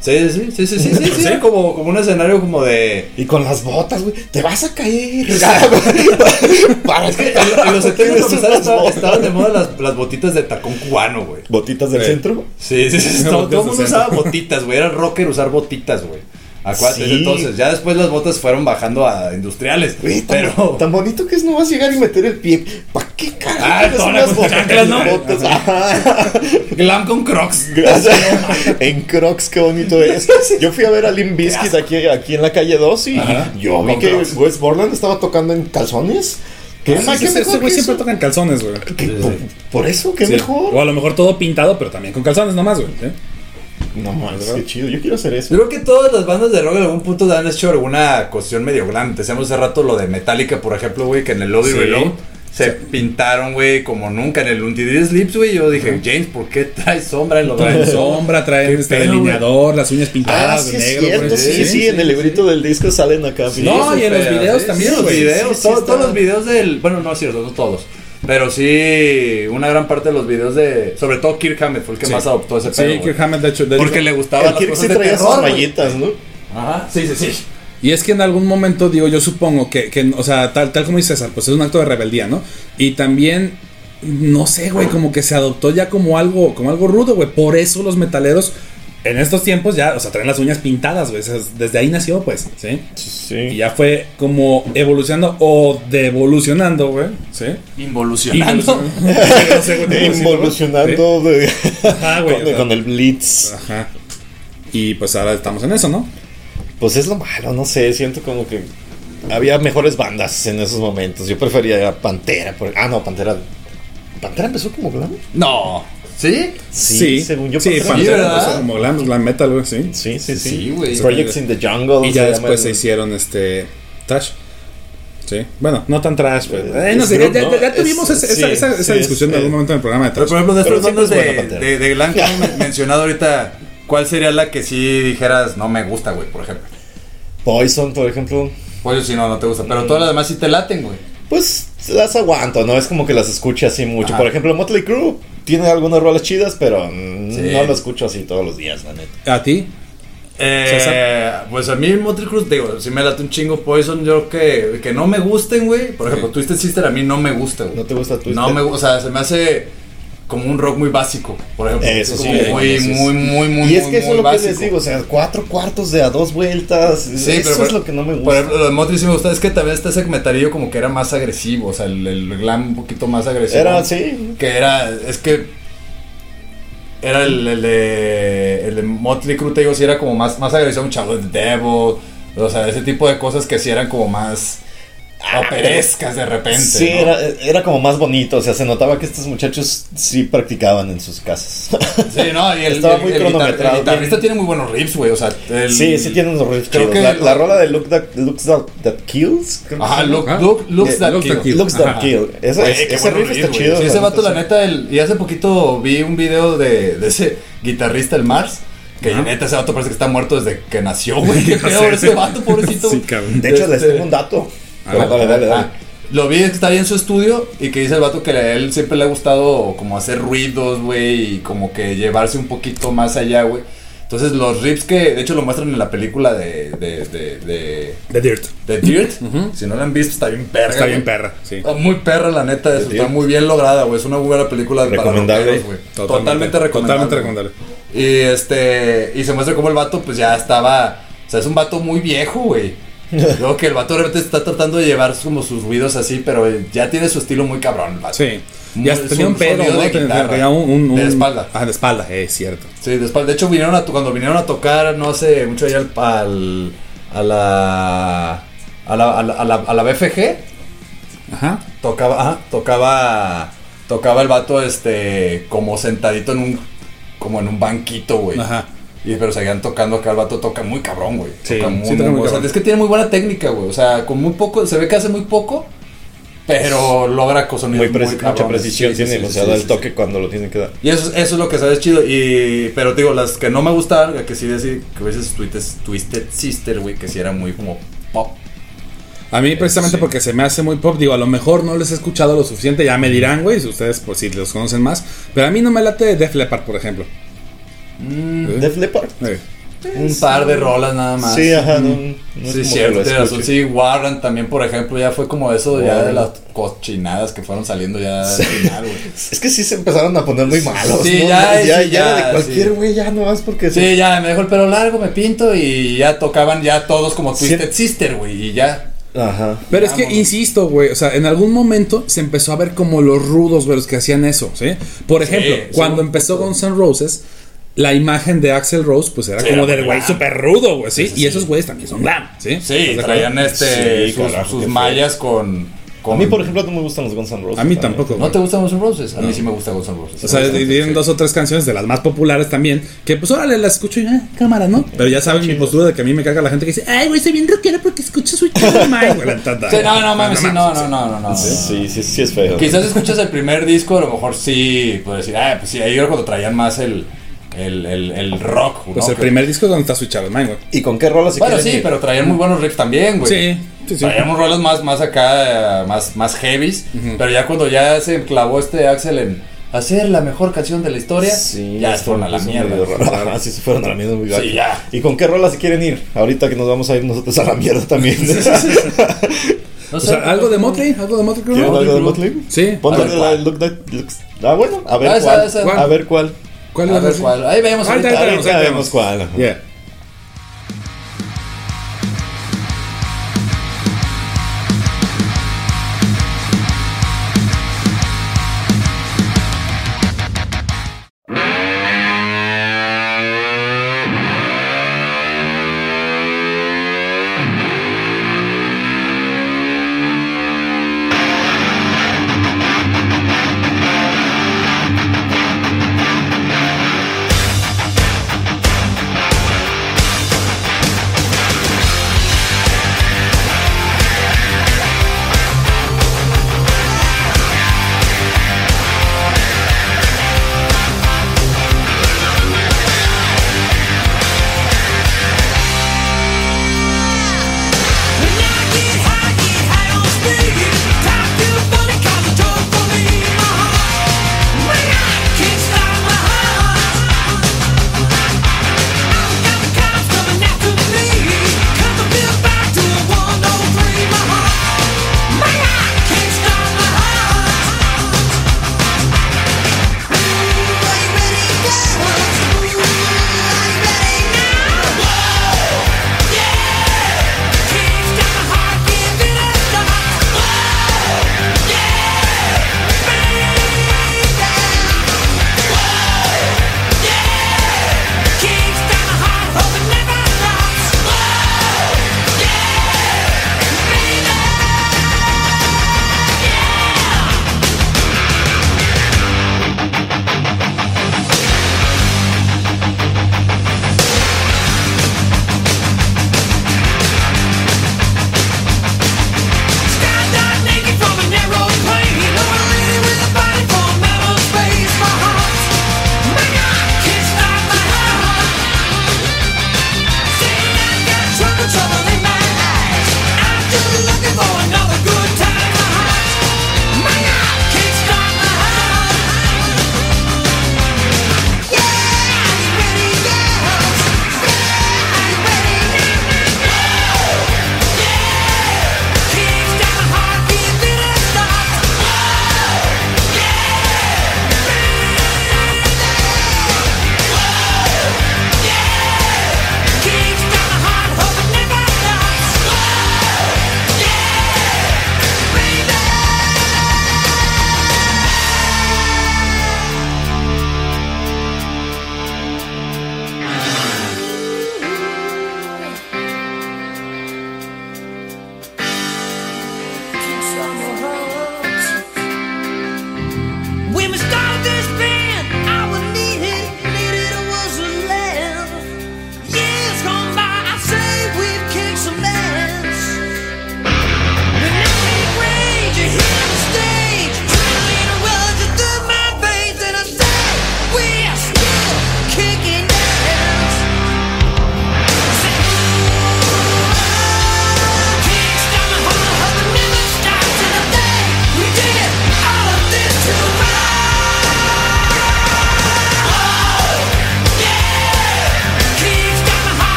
[SPEAKER 4] Sí, sí, sí, sí, sí, sí, sí, era como, como un escenario como de...
[SPEAKER 2] Y con las botas, güey. Te vas a
[SPEAKER 3] (laughs)
[SPEAKER 2] caer.
[SPEAKER 3] Ah,
[SPEAKER 2] (laughs) Para
[SPEAKER 4] Es que en,
[SPEAKER 2] (laughs)
[SPEAKER 4] en los 70 s estaban, estaban de moda las, las botitas de tacón cubano, güey.
[SPEAKER 2] Botitas del
[SPEAKER 3] Sí.
[SPEAKER 2] centro.
[SPEAKER 4] Sí, sí, sí.
[SPEAKER 3] Las
[SPEAKER 4] Todo,
[SPEAKER 3] botas
[SPEAKER 4] todo el
[SPEAKER 3] de
[SPEAKER 4] mundo
[SPEAKER 3] centro.
[SPEAKER 4] usaba botitas, güey. Era rocker usar botitas, güey. Acuérdate
[SPEAKER 2] Sí.
[SPEAKER 4] desde entonces. Ya después las botas fueron bajando a industriales.
[SPEAKER 2] Güey, tan,
[SPEAKER 4] pero.
[SPEAKER 2] tan bonito que es, no vas a llegar y meter el pie. ¿Para qué
[SPEAKER 4] Ah,
[SPEAKER 2] carajo?
[SPEAKER 4] todas las chanclas, ¿no? Glam con Crocs.
[SPEAKER 2] (laughs) Gracias. En Crocs, qué bonito es. Yo fui a ver a Lim Biscuit aquí, aquí en la calle 2 y
[SPEAKER 3] Ajá.
[SPEAKER 2] yo vi
[SPEAKER 4] Con
[SPEAKER 2] que
[SPEAKER 4] Crocs.
[SPEAKER 2] Wes Borland estaba tocando en calzones. ¿Qué,
[SPEAKER 3] Ah,
[SPEAKER 2] más, qué
[SPEAKER 3] sí, ese- ese
[SPEAKER 2] mejor
[SPEAKER 3] güey
[SPEAKER 2] que
[SPEAKER 3] siempre
[SPEAKER 2] eso?
[SPEAKER 3] toca en calzones, güey.
[SPEAKER 2] ¿Qué- por, por eso, qué
[SPEAKER 3] Sí. O
[SPEAKER 2] mejor.
[SPEAKER 3] a lo mejor todo pintado, pero también con calzones nomás, güey. ¿eh?
[SPEAKER 2] No mames, qué chido. Yo quiero hacer
[SPEAKER 4] Yo
[SPEAKER 2] eso.
[SPEAKER 4] creo que todas las bandas de rock en algún punto han hecho alguna cuestión medio glam. Te Decíamos hace rato lo de Metallica, por ejemplo, güey, que en el Love
[SPEAKER 3] Sí.
[SPEAKER 4] y Reload se pintaron, güey, como nunca. En el Untidy Sleeps, güey, yo dije, James, ¿por qué traes sombra (laughs) en
[SPEAKER 2] (laughs)
[SPEAKER 4] los
[SPEAKER 3] Traen
[SPEAKER 4] brazos?
[SPEAKER 3] sombra, traen
[SPEAKER 4] Qué
[SPEAKER 3] este
[SPEAKER 4] pedo,
[SPEAKER 3] delineador, las uñas
[SPEAKER 2] Ah,
[SPEAKER 3] pintadas
[SPEAKER 2] sí,
[SPEAKER 3] de
[SPEAKER 2] es
[SPEAKER 3] negro. pues,
[SPEAKER 2] cierto.
[SPEAKER 3] güey.
[SPEAKER 2] Sí, sí, en el librito del disco salen acá.
[SPEAKER 3] No, y en los videos también,
[SPEAKER 4] los
[SPEAKER 3] güey.
[SPEAKER 4] videos,
[SPEAKER 2] Sí, sí,
[SPEAKER 4] todos,
[SPEAKER 2] está.
[SPEAKER 4] todos los videos del. Bueno, no es cierto, no todos. Pero sí, una gran parte de los videos de. Sobre todo Kirk Hammett fue el que
[SPEAKER 3] Sí.
[SPEAKER 4] más adoptó ese
[SPEAKER 3] Sí,
[SPEAKER 4] pedo.
[SPEAKER 3] Kirk
[SPEAKER 4] güey.
[SPEAKER 3] Hammett, de hecho. de
[SPEAKER 4] Porque
[SPEAKER 3] hecho-
[SPEAKER 4] le gustaba
[SPEAKER 2] El
[SPEAKER 4] las
[SPEAKER 2] Kirk
[SPEAKER 4] cosas
[SPEAKER 2] sí
[SPEAKER 4] de
[SPEAKER 2] traía sus
[SPEAKER 4] terror, güey.
[SPEAKER 2] mallitas, ¿no?
[SPEAKER 4] Ajá, sí, sí, sí.
[SPEAKER 3] Y es que en algún momento, digo, yo supongo que, que, o sea, tal, tal como dice César, pues es un acto de rebeldía, ¿no? Y también, no sé, güey, como que se adoptó ya como algo, como algo rudo, güey. Por eso los metaleros en estos tiempos ya, o sea, traen las uñas pintadas, güey. O sea, desde ahí nació, pues, ¿sí? Y
[SPEAKER 2] Sí.
[SPEAKER 3] ya fue como evolucionando o devolucionando, güey, ¿sí? Ah,
[SPEAKER 4] Involucionando.
[SPEAKER 3] No (laughs) sé, güey, cómo decirlo, ¿sí?
[SPEAKER 2] Involucionando de-
[SPEAKER 3] Ajá, güey, o
[SPEAKER 2] con,
[SPEAKER 3] sea. Ah.
[SPEAKER 2] con el Blitz.
[SPEAKER 3] Ajá. Y pues ahora estamos en eso, ¿no?
[SPEAKER 2] Pues es lo malo, no sé, siento como que había mejores bandas en esos momentos. Yo prefería a Pantera. por- Ah, no, Pantera. ¿Pantera empezó como glam?
[SPEAKER 4] No. ¿Sí?
[SPEAKER 2] según yo.
[SPEAKER 3] Sí,
[SPEAKER 2] Pantera-
[SPEAKER 3] Pantera
[SPEAKER 4] ¿verdad?
[SPEAKER 3] empezó como glam, glam metal, güey, sí.
[SPEAKER 2] Sí, sí, sí.
[SPEAKER 4] Sí, güey.
[SPEAKER 2] Projects in the Jungle.
[SPEAKER 3] Y ya
[SPEAKER 2] se
[SPEAKER 3] después
[SPEAKER 2] llama
[SPEAKER 3] se
[SPEAKER 2] el-
[SPEAKER 3] hicieron este Tash. Sí. Bueno, no tan trash, pero.
[SPEAKER 2] Eh,
[SPEAKER 3] Eh, no sé,
[SPEAKER 2] Snoop,
[SPEAKER 3] ya, ya- ya
[SPEAKER 2] ¿no?
[SPEAKER 3] tuvimos
[SPEAKER 2] Es-
[SPEAKER 3] esa, esa-
[SPEAKER 2] sí,
[SPEAKER 3] esa- esa
[SPEAKER 2] sí,
[SPEAKER 3] discusión
[SPEAKER 2] es- eh.
[SPEAKER 3] en algún momento en el programa de
[SPEAKER 4] Pero
[SPEAKER 3] trash.
[SPEAKER 4] por ejemplo, de
[SPEAKER 2] Pero
[SPEAKER 4] estas
[SPEAKER 2] siempre
[SPEAKER 4] bandas
[SPEAKER 3] pues,
[SPEAKER 2] es buena
[SPEAKER 4] de,
[SPEAKER 2] Pantera.
[SPEAKER 4] de, de glam que hemos mencionado ahorita, ¿cuál sería la que sí dijeras no me gusta, güey, por ejemplo?
[SPEAKER 2] Poison, por ejemplo.
[SPEAKER 4] Pollo si no, no te gusta, pero todas las demás sí te laten, güey.
[SPEAKER 2] Pues las aguanto, ¿no? Es como que las escuche así mucho.
[SPEAKER 4] Ajá.
[SPEAKER 2] Por ejemplo, Motley Crue tiene algunas rolas chidas, pero mm,
[SPEAKER 4] Sí.
[SPEAKER 2] no lo escucho así todos los días, la neta.
[SPEAKER 3] ¿A ti?
[SPEAKER 4] Eh, pues a mí Motley Crue, digo, si me late un chingo Poison, yo creo que, que no me gusten, güey. Por ejemplo, Twisted Sister a mí no me gusta, güey.
[SPEAKER 2] ¿No te gusta Twisted?
[SPEAKER 4] No me gusta, o sea, se me hace como un rock muy básico, por ejemplo.
[SPEAKER 2] Eso sí,
[SPEAKER 4] Como
[SPEAKER 2] eh,
[SPEAKER 4] muy,
[SPEAKER 2] eso sí.
[SPEAKER 4] muy, muy, muy,
[SPEAKER 2] y es
[SPEAKER 4] muy,
[SPEAKER 2] que eso
[SPEAKER 4] muy
[SPEAKER 2] es lo que
[SPEAKER 4] básico.
[SPEAKER 2] les digo, o sea, cuatro cuartos de a dos vueltas.
[SPEAKER 4] Sí,
[SPEAKER 2] eso
[SPEAKER 4] pero
[SPEAKER 2] es
[SPEAKER 4] por-
[SPEAKER 2] lo que no me gusta.
[SPEAKER 4] Por ejemplo, los Motley sí me gusta, es que también este segmentarillo como que era más agresivo, o sea, el, el glam un poquito más agresivo.
[SPEAKER 2] Era así.
[SPEAKER 4] Que era, es que era el, el de, el de Motley Crue, te digo, sí era como más, más agresivo, un chavo de Devil, o sea, ese tipo de cosas que sí eran como más operescas de
[SPEAKER 2] Ah,
[SPEAKER 4] repente.
[SPEAKER 2] Sí,
[SPEAKER 4] ¿no?
[SPEAKER 2] era, era como más bonito, o sea, se notaba que estos muchachos sí practicaban en sus
[SPEAKER 4] (laughs)
[SPEAKER 2] casas.
[SPEAKER 4] Sí, no, y el,
[SPEAKER 2] Estaba
[SPEAKER 4] el-
[SPEAKER 2] muy
[SPEAKER 4] el guitar-
[SPEAKER 2] cronometrado,
[SPEAKER 4] el guitarrista
[SPEAKER 2] bien.
[SPEAKER 4] tiene muy buenos riffs, güey, o sea, el-
[SPEAKER 2] sí, sí tienen unos riffs
[SPEAKER 4] creo
[SPEAKER 2] chidos.
[SPEAKER 4] que
[SPEAKER 2] la,
[SPEAKER 4] el- Ah,
[SPEAKER 2] la rola de Look That, Looks That, That Kills. creo que
[SPEAKER 4] Ajá,
[SPEAKER 2] se
[SPEAKER 4] look,
[SPEAKER 3] Ajá.
[SPEAKER 4] look, looks
[SPEAKER 2] Eh,
[SPEAKER 4] that
[SPEAKER 3] looks that
[SPEAKER 4] kill.
[SPEAKER 2] llama.
[SPEAKER 3] Kill.
[SPEAKER 2] Looks That
[SPEAKER 3] Ajá.
[SPEAKER 2] Kill. Ese,
[SPEAKER 4] Güey, qué
[SPEAKER 2] ese
[SPEAKER 4] bueno
[SPEAKER 2] riff está
[SPEAKER 4] güey.
[SPEAKER 2] chido.
[SPEAKER 4] Sí, ese vato, la
[SPEAKER 2] sí.
[SPEAKER 4] neta, el- y hace poquito vi un video de, de ese guitarrista, el Mars. Que
[SPEAKER 3] Ajá.
[SPEAKER 4] neta, ese vato parece que está muerto desde que nació,
[SPEAKER 3] (laughs)
[SPEAKER 4] güey. Qué
[SPEAKER 3] No sé.
[SPEAKER 4] peor ese vato, pobrecito.
[SPEAKER 3] Sí,
[SPEAKER 4] güey.
[SPEAKER 3] cabrón.
[SPEAKER 2] De hecho, les
[SPEAKER 4] Este-
[SPEAKER 2] tengo un dato.
[SPEAKER 3] A
[SPEAKER 2] Pero
[SPEAKER 3] ver,
[SPEAKER 2] dale, dale, dale.
[SPEAKER 4] Ah, Lo vi que está ahí en su estudio y que dice el vato que a él siempre le ha gustado como hacer ruidos, güey, y como que llevarse un poquito más allá, güey. Entonces los riffs que, de hecho, lo muestran en la película de, de, de, de,
[SPEAKER 3] The Dirt.
[SPEAKER 4] de Dirt. Si no la han visto, está bien perra.
[SPEAKER 3] Está bien
[SPEAKER 4] güey.
[SPEAKER 3] perra, sí.
[SPEAKER 4] Está Oh, muy perra, la neta. eso,
[SPEAKER 2] Sí,
[SPEAKER 4] está
[SPEAKER 2] tío.
[SPEAKER 4] muy bien lograda, güey. Es una muy buena película. para
[SPEAKER 2] Recomendable.
[SPEAKER 4] rockeros, güey. Totalmente, recomendable.
[SPEAKER 3] Totalmente recomendable.
[SPEAKER 4] Y este. Y se muestra como el vato, pues ya estaba. O sea, es un vato muy viejo,
[SPEAKER 3] (laughs)
[SPEAKER 4] güey. Luego que el vato realmente está tratando de llevar como sus ruidos así, pero ya tiene su estilo muy cabrón, el vato.
[SPEAKER 3] Sí.
[SPEAKER 4] Muy-
[SPEAKER 3] Ya hasta
[SPEAKER 4] es
[SPEAKER 3] tenía un pedo,
[SPEAKER 4] sonido
[SPEAKER 3] ¿no?
[SPEAKER 4] de
[SPEAKER 3] Tenía
[SPEAKER 4] guitarra.
[SPEAKER 3] tenía un, un, un-
[SPEAKER 4] De espalda.
[SPEAKER 3] Ah, de espalda, es cierto.
[SPEAKER 4] Sí, de espalda. De hecho, vinieron a to- cuando vinieron a tocar, no hace mucho allá al, al- a la. A la, a la, a la, a la BFG.
[SPEAKER 3] Ajá.
[SPEAKER 4] Tocaba, ajá, tocaba, tocaba el vato este, como sentadito en un, como en un banquito, güey.
[SPEAKER 3] Ajá.
[SPEAKER 4] Y pero seguían tocando acá, el vato toca muy cabrón, güey.
[SPEAKER 3] Sí,
[SPEAKER 4] Toca muy,
[SPEAKER 3] sí toca muy
[SPEAKER 4] muy- o sea,
[SPEAKER 3] cabrón.
[SPEAKER 4] es que tiene muy buena técnica, güey. O sea, con muy poco, se ve que hace muy poco, pero logra con sonidos
[SPEAKER 2] Muy
[SPEAKER 4] muy,
[SPEAKER 2] pre- mucha
[SPEAKER 4] cabrones.
[SPEAKER 2] precisión
[SPEAKER 4] Sí, sí,
[SPEAKER 2] tiene,
[SPEAKER 4] sí,
[SPEAKER 2] o
[SPEAKER 4] sí,
[SPEAKER 2] sea,
[SPEAKER 4] sí,
[SPEAKER 2] da el
[SPEAKER 4] sí,
[SPEAKER 2] toque cuando lo tienen que dar.
[SPEAKER 4] y eso, es- eso es lo que sabes chido. Y, pero te digo, las que no me gustaban, que sí decir que a veces Twisted, Twisted Sister, güey, que sí era muy como pop.
[SPEAKER 3] A mí precisamente
[SPEAKER 4] sí.
[SPEAKER 3] porque se me hace muy pop, digo, a lo mejor no les he escuchado lo suficiente, ya me dirán, güey, si ustedes por si los conocen más, pero a mí no me late Def Leppard, por ejemplo. ¿Eh?
[SPEAKER 2] Def Leppard.
[SPEAKER 3] Eh,
[SPEAKER 4] Un par de rolas nada más.
[SPEAKER 2] Sí, ajá, no, no
[SPEAKER 4] Sí,
[SPEAKER 2] es como
[SPEAKER 4] cierto,
[SPEAKER 2] que
[SPEAKER 4] tienes
[SPEAKER 2] lo
[SPEAKER 4] razón.
[SPEAKER 2] escuche.
[SPEAKER 4] Sí, Warren también, por ejemplo, ya fue como eso ya de
[SPEAKER 2] Warren.
[SPEAKER 4] las cochinadas que fueron saliendo ya al final, güey.
[SPEAKER 2] Es que (laughs) sí se empezaron a poner muy malos.
[SPEAKER 4] Sí,
[SPEAKER 2] ¿no?
[SPEAKER 4] ya,
[SPEAKER 2] ya, ya,
[SPEAKER 4] sí, ya,
[SPEAKER 2] de cualquier
[SPEAKER 4] sí.
[SPEAKER 2] güey, ya nomás porque
[SPEAKER 4] Sí, ya me dejó el pelo largo, me pinto y ya tocaban ya todos como
[SPEAKER 2] Sí.
[SPEAKER 4] Twisted Sister, güey, y ya.
[SPEAKER 2] Ajá.
[SPEAKER 3] Pero es que,
[SPEAKER 4] Vámonos.
[SPEAKER 3] insisto, güey, o sea, en algún momento se empezó a ver como los rudos, güey, los que hacían eso, ¿sí? Por ejemplo,
[SPEAKER 4] sí,
[SPEAKER 3] cuando
[SPEAKER 4] un
[SPEAKER 3] empezó Guns N' Roses, la imagen de Axel Rose, pues era
[SPEAKER 4] Sí,
[SPEAKER 3] como
[SPEAKER 4] era
[SPEAKER 3] del
[SPEAKER 4] muy
[SPEAKER 3] güey
[SPEAKER 4] glam.
[SPEAKER 3] súper rudo, güey, ¿sí? Y esos güeyes también son glam, ¿sí?
[SPEAKER 4] Sí,
[SPEAKER 3] ¿Estás de
[SPEAKER 4] traían
[SPEAKER 3] acuerdo?
[SPEAKER 4] este
[SPEAKER 2] Sí,
[SPEAKER 4] sus,
[SPEAKER 2] carajo,
[SPEAKER 4] sus
[SPEAKER 2] qué feo.
[SPEAKER 4] mallas con, con
[SPEAKER 2] A mí, por ejemplo, no me gustan los Guns N' Roses.
[SPEAKER 3] A mí
[SPEAKER 2] la
[SPEAKER 3] tampoco,
[SPEAKER 2] neta.
[SPEAKER 4] ¿No te gustan Guns N' Roses? A mí sí me gusta Guns N' Roses.
[SPEAKER 3] O sea,
[SPEAKER 4] Sí.
[SPEAKER 3] tienen dos o tres canciones de las más populares también. Que pues órale, las escucho y ah, cámara, ¿no? Pero ya saben mi postura de que a mí me caga la gente que dice, ay, güey, soy bien rockero porque escucho su chido,
[SPEAKER 4] (laughs)
[SPEAKER 3] güey. la tata.
[SPEAKER 4] Sí, no, no mames, sí, no, no, no, no, no.
[SPEAKER 2] Sí,
[SPEAKER 4] no.
[SPEAKER 2] sí, sí, sí es feo.
[SPEAKER 4] Quizás escuchas el primer disco, a lo mejor sí, puedes decir, ah, pues sí, ahí era cuando traían más el, el, el, el rock, ¿no?
[SPEAKER 3] Pues el
[SPEAKER 4] Que-
[SPEAKER 3] primer disco es donde está switchado, man, güey.
[SPEAKER 2] ¿Y con qué rolas se
[SPEAKER 4] Bueno,
[SPEAKER 2] quieren
[SPEAKER 4] sí,
[SPEAKER 2] ir?
[SPEAKER 4] pero traían muy buenos riffs también, güey.
[SPEAKER 3] Sí, sí, sí.
[SPEAKER 4] Traíamos rolas más, más acá, eh, más, más heavies. Pero ya cuando ya se clavó este Axel en hacer la mejor canción de la historia,
[SPEAKER 2] Sí,
[SPEAKER 4] ya
[SPEAKER 2] sí,
[SPEAKER 4] se fueron a la
[SPEAKER 2] sí,
[SPEAKER 4] mierda.
[SPEAKER 2] medio raro. (laughs) Ajá, sí, se fueron a la mierda muy gacho.
[SPEAKER 4] ya.
[SPEAKER 2] ¿Y con qué rolas se quieren ir? Ahorita que nos vamos a ir nosotros a la mierda también.
[SPEAKER 4] No
[SPEAKER 3] O
[SPEAKER 4] sé.
[SPEAKER 3] sea, algo de Motley, algo de Motley Crue.
[SPEAKER 2] ¿Quieren algo de Motley?
[SPEAKER 3] Motley Crue. Sí.
[SPEAKER 2] Ponle
[SPEAKER 4] A ver,
[SPEAKER 2] la
[SPEAKER 4] ¿cuál?
[SPEAKER 2] Look That Looks- Ah, bueno, a ver
[SPEAKER 4] Ah, esa,
[SPEAKER 2] cuál.
[SPEAKER 4] esa.
[SPEAKER 2] A ver cuál.
[SPEAKER 3] ¿Cuál
[SPEAKER 4] A
[SPEAKER 3] es la
[SPEAKER 4] ver
[SPEAKER 3] canción?
[SPEAKER 4] cuál. Ahí vemos
[SPEAKER 3] Ahorita,
[SPEAKER 4] ahorita.
[SPEAKER 3] ahorita.
[SPEAKER 2] Ahorita
[SPEAKER 3] tenemos.
[SPEAKER 2] vemos cuál. ajá.
[SPEAKER 3] Yeah.
[SPEAKER 5] Thank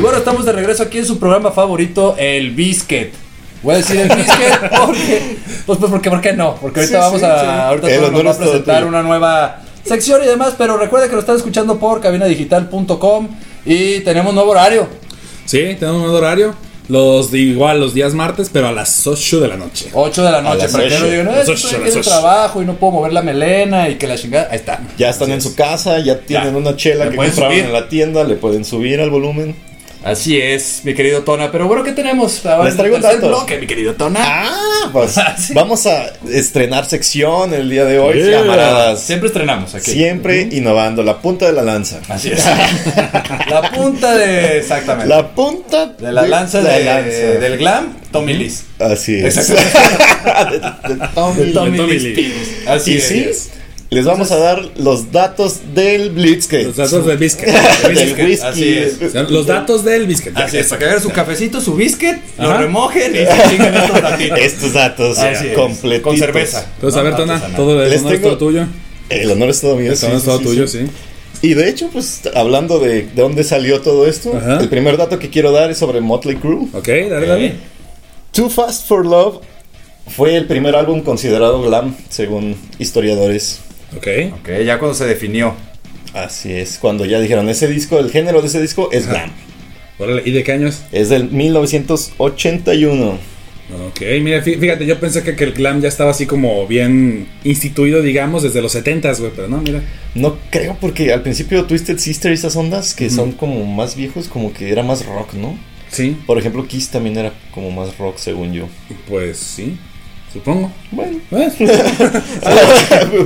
[SPEAKER 4] bueno, estamos de regreso aquí en su programa favorito, El Biscuit. Voy a decir el Biscuit
[SPEAKER 2] (laughs)
[SPEAKER 4] porque. Pues, pues porque, ¿por qué no? Porque ahorita
[SPEAKER 3] Sí,
[SPEAKER 4] vamos
[SPEAKER 3] sí,
[SPEAKER 4] a.
[SPEAKER 3] sí.
[SPEAKER 4] Ahorita
[SPEAKER 2] El
[SPEAKER 4] Tony
[SPEAKER 2] honor
[SPEAKER 4] nos va a
[SPEAKER 2] es todo
[SPEAKER 4] presentar
[SPEAKER 2] tuyo.
[SPEAKER 4] una nueva sección y demás, pero recuerda que lo están escuchando por cabinadigital.com y tenemos nuevo horario.
[SPEAKER 3] Sí, tenemos un nuevo horario. Los de igual los días martes, pero a las 8 de la noche.
[SPEAKER 4] 8 de la noche,
[SPEAKER 2] las
[SPEAKER 4] para que no
[SPEAKER 2] ocho.
[SPEAKER 4] digan,
[SPEAKER 3] Las
[SPEAKER 4] "Eh,
[SPEAKER 3] ocho,
[SPEAKER 4] estoy aquí
[SPEAKER 3] las
[SPEAKER 4] de
[SPEAKER 3] ocho".
[SPEAKER 4] trabajo y no puedo mover la melena y que la chingada. Ahí está.
[SPEAKER 2] Ya están en su casa, ya tienen
[SPEAKER 4] Ya.
[SPEAKER 2] una chela
[SPEAKER 4] Le
[SPEAKER 2] que
[SPEAKER 4] pueden
[SPEAKER 2] compraron
[SPEAKER 4] subir.
[SPEAKER 2] en la tienda, le pueden subir al volumen.
[SPEAKER 4] Así es, mi querido Tona. Pero bueno, ¿qué tenemos? Ahora
[SPEAKER 2] Les traigo
[SPEAKER 4] el tercer
[SPEAKER 2] datos.
[SPEAKER 4] bloque, mi querido Tona.
[SPEAKER 2] Ah,
[SPEAKER 4] (laughs)
[SPEAKER 2] pues
[SPEAKER 4] Sí.
[SPEAKER 2] vamos a estrenar sección el día de hoy,
[SPEAKER 3] Yeah.
[SPEAKER 2] camaradas.
[SPEAKER 4] Siempre estrenamos aquí.
[SPEAKER 2] Siempre innovando, la punta de la lanza.
[SPEAKER 4] Así es. (laughs) la punta de. Exactamente.
[SPEAKER 2] La punta
[SPEAKER 4] de la lanza,
[SPEAKER 2] la
[SPEAKER 4] de-
[SPEAKER 2] lanza.
[SPEAKER 4] del glam, Tommy Liz.
[SPEAKER 2] Así es. De- de Tommy
[SPEAKER 3] De Tommy
[SPEAKER 2] Lee.
[SPEAKER 3] Lee.
[SPEAKER 4] Así
[SPEAKER 2] Y
[SPEAKER 4] es.
[SPEAKER 2] sí, les vamos a dar los datos del Blitzkrieg.
[SPEAKER 3] Los datos del
[SPEAKER 4] (laughs)
[SPEAKER 3] biscuit.
[SPEAKER 2] del
[SPEAKER 4] Blitzkrieg,
[SPEAKER 2] whisky.
[SPEAKER 4] así es.
[SPEAKER 2] (laughs)
[SPEAKER 3] O sea, Los datos del biscuit.
[SPEAKER 4] Así es, para que hagan su cafecito, su biscuit, lo
[SPEAKER 3] Ajá.
[SPEAKER 4] remojen
[SPEAKER 2] (laughs)
[SPEAKER 4] y se chingan estos datitos.
[SPEAKER 2] Estos datos
[SPEAKER 4] Así es,
[SPEAKER 2] completitos.
[SPEAKER 4] Con cerveza.
[SPEAKER 3] Entonces, a
[SPEAKER 4] No,
[SPEAKER 3] ver,
[SPEAKER 4] no,
[SPEAKER 3] Tona,
[SPEAKER 4] artesanal.
[SPEAKER 3] todo el
[SPEAKER 2] Les
[SPEAKER 3] honor es
[SPEAKER 2] tengo-
[SPEAKER 3] todo tuyo.
[SPEAKER 2] El honor es todo mío.
[SPEAKER 3] El
[SPEAKER 2] sí,
[SPEAKER 3] honor es
[SPEAKER 2] sí,
[SPEAKER 3] todo
[SPEAKER 2] sí,
[SPEAKER 3] tuyo,
[SPEAKER 2] sí.
[SPEAKER 3] sí.
[SPEAKER 2] Y de hecho, pues hablando de, de dónde salió todo esto,
[SPEAKER 3] Ajá.
[SPEAKER 2] el primer dato que quiero dar es sobre Motley Crue.
[SPEAKER 3] Ok, dale, dale.
[SPEAKER 2] Too Fast for Love fue el primer álbum considerado glam, según historiadores.
[SPEAKER 3] Ok.
[SPEAKER 4] Ok, ya cuando se definió.
[SPEAKER 2] Así es, cuando ya dijeron ese disco, el género de ese disco es glam.
[SPEAKER 3] Órale, ¿y de qué año es?
[SPEAKER 2] Es del 1981.
[SPEAKER 3] Ok, mira, fí- fíjate, yo pensé que, que el glam ya estaba así como bien instituido, digamos, desde los 70s, güey, pero no, mira.
[SPEAKER 2] No creo, porque al principio Twisted Sister y esas ondas que son como más viejos, como que era más rock, ¿no?
[SPEAKER 3] Sí,
[SPEAKER 2] Por ejemplo, Kiss también era como más rock, según yo.
[SPEAKER 3] pues sí, supongo.
[SPEAKER 2] Bueno,
[SPEAKER 4] (laughs)
[SPEAKER 3] Eh,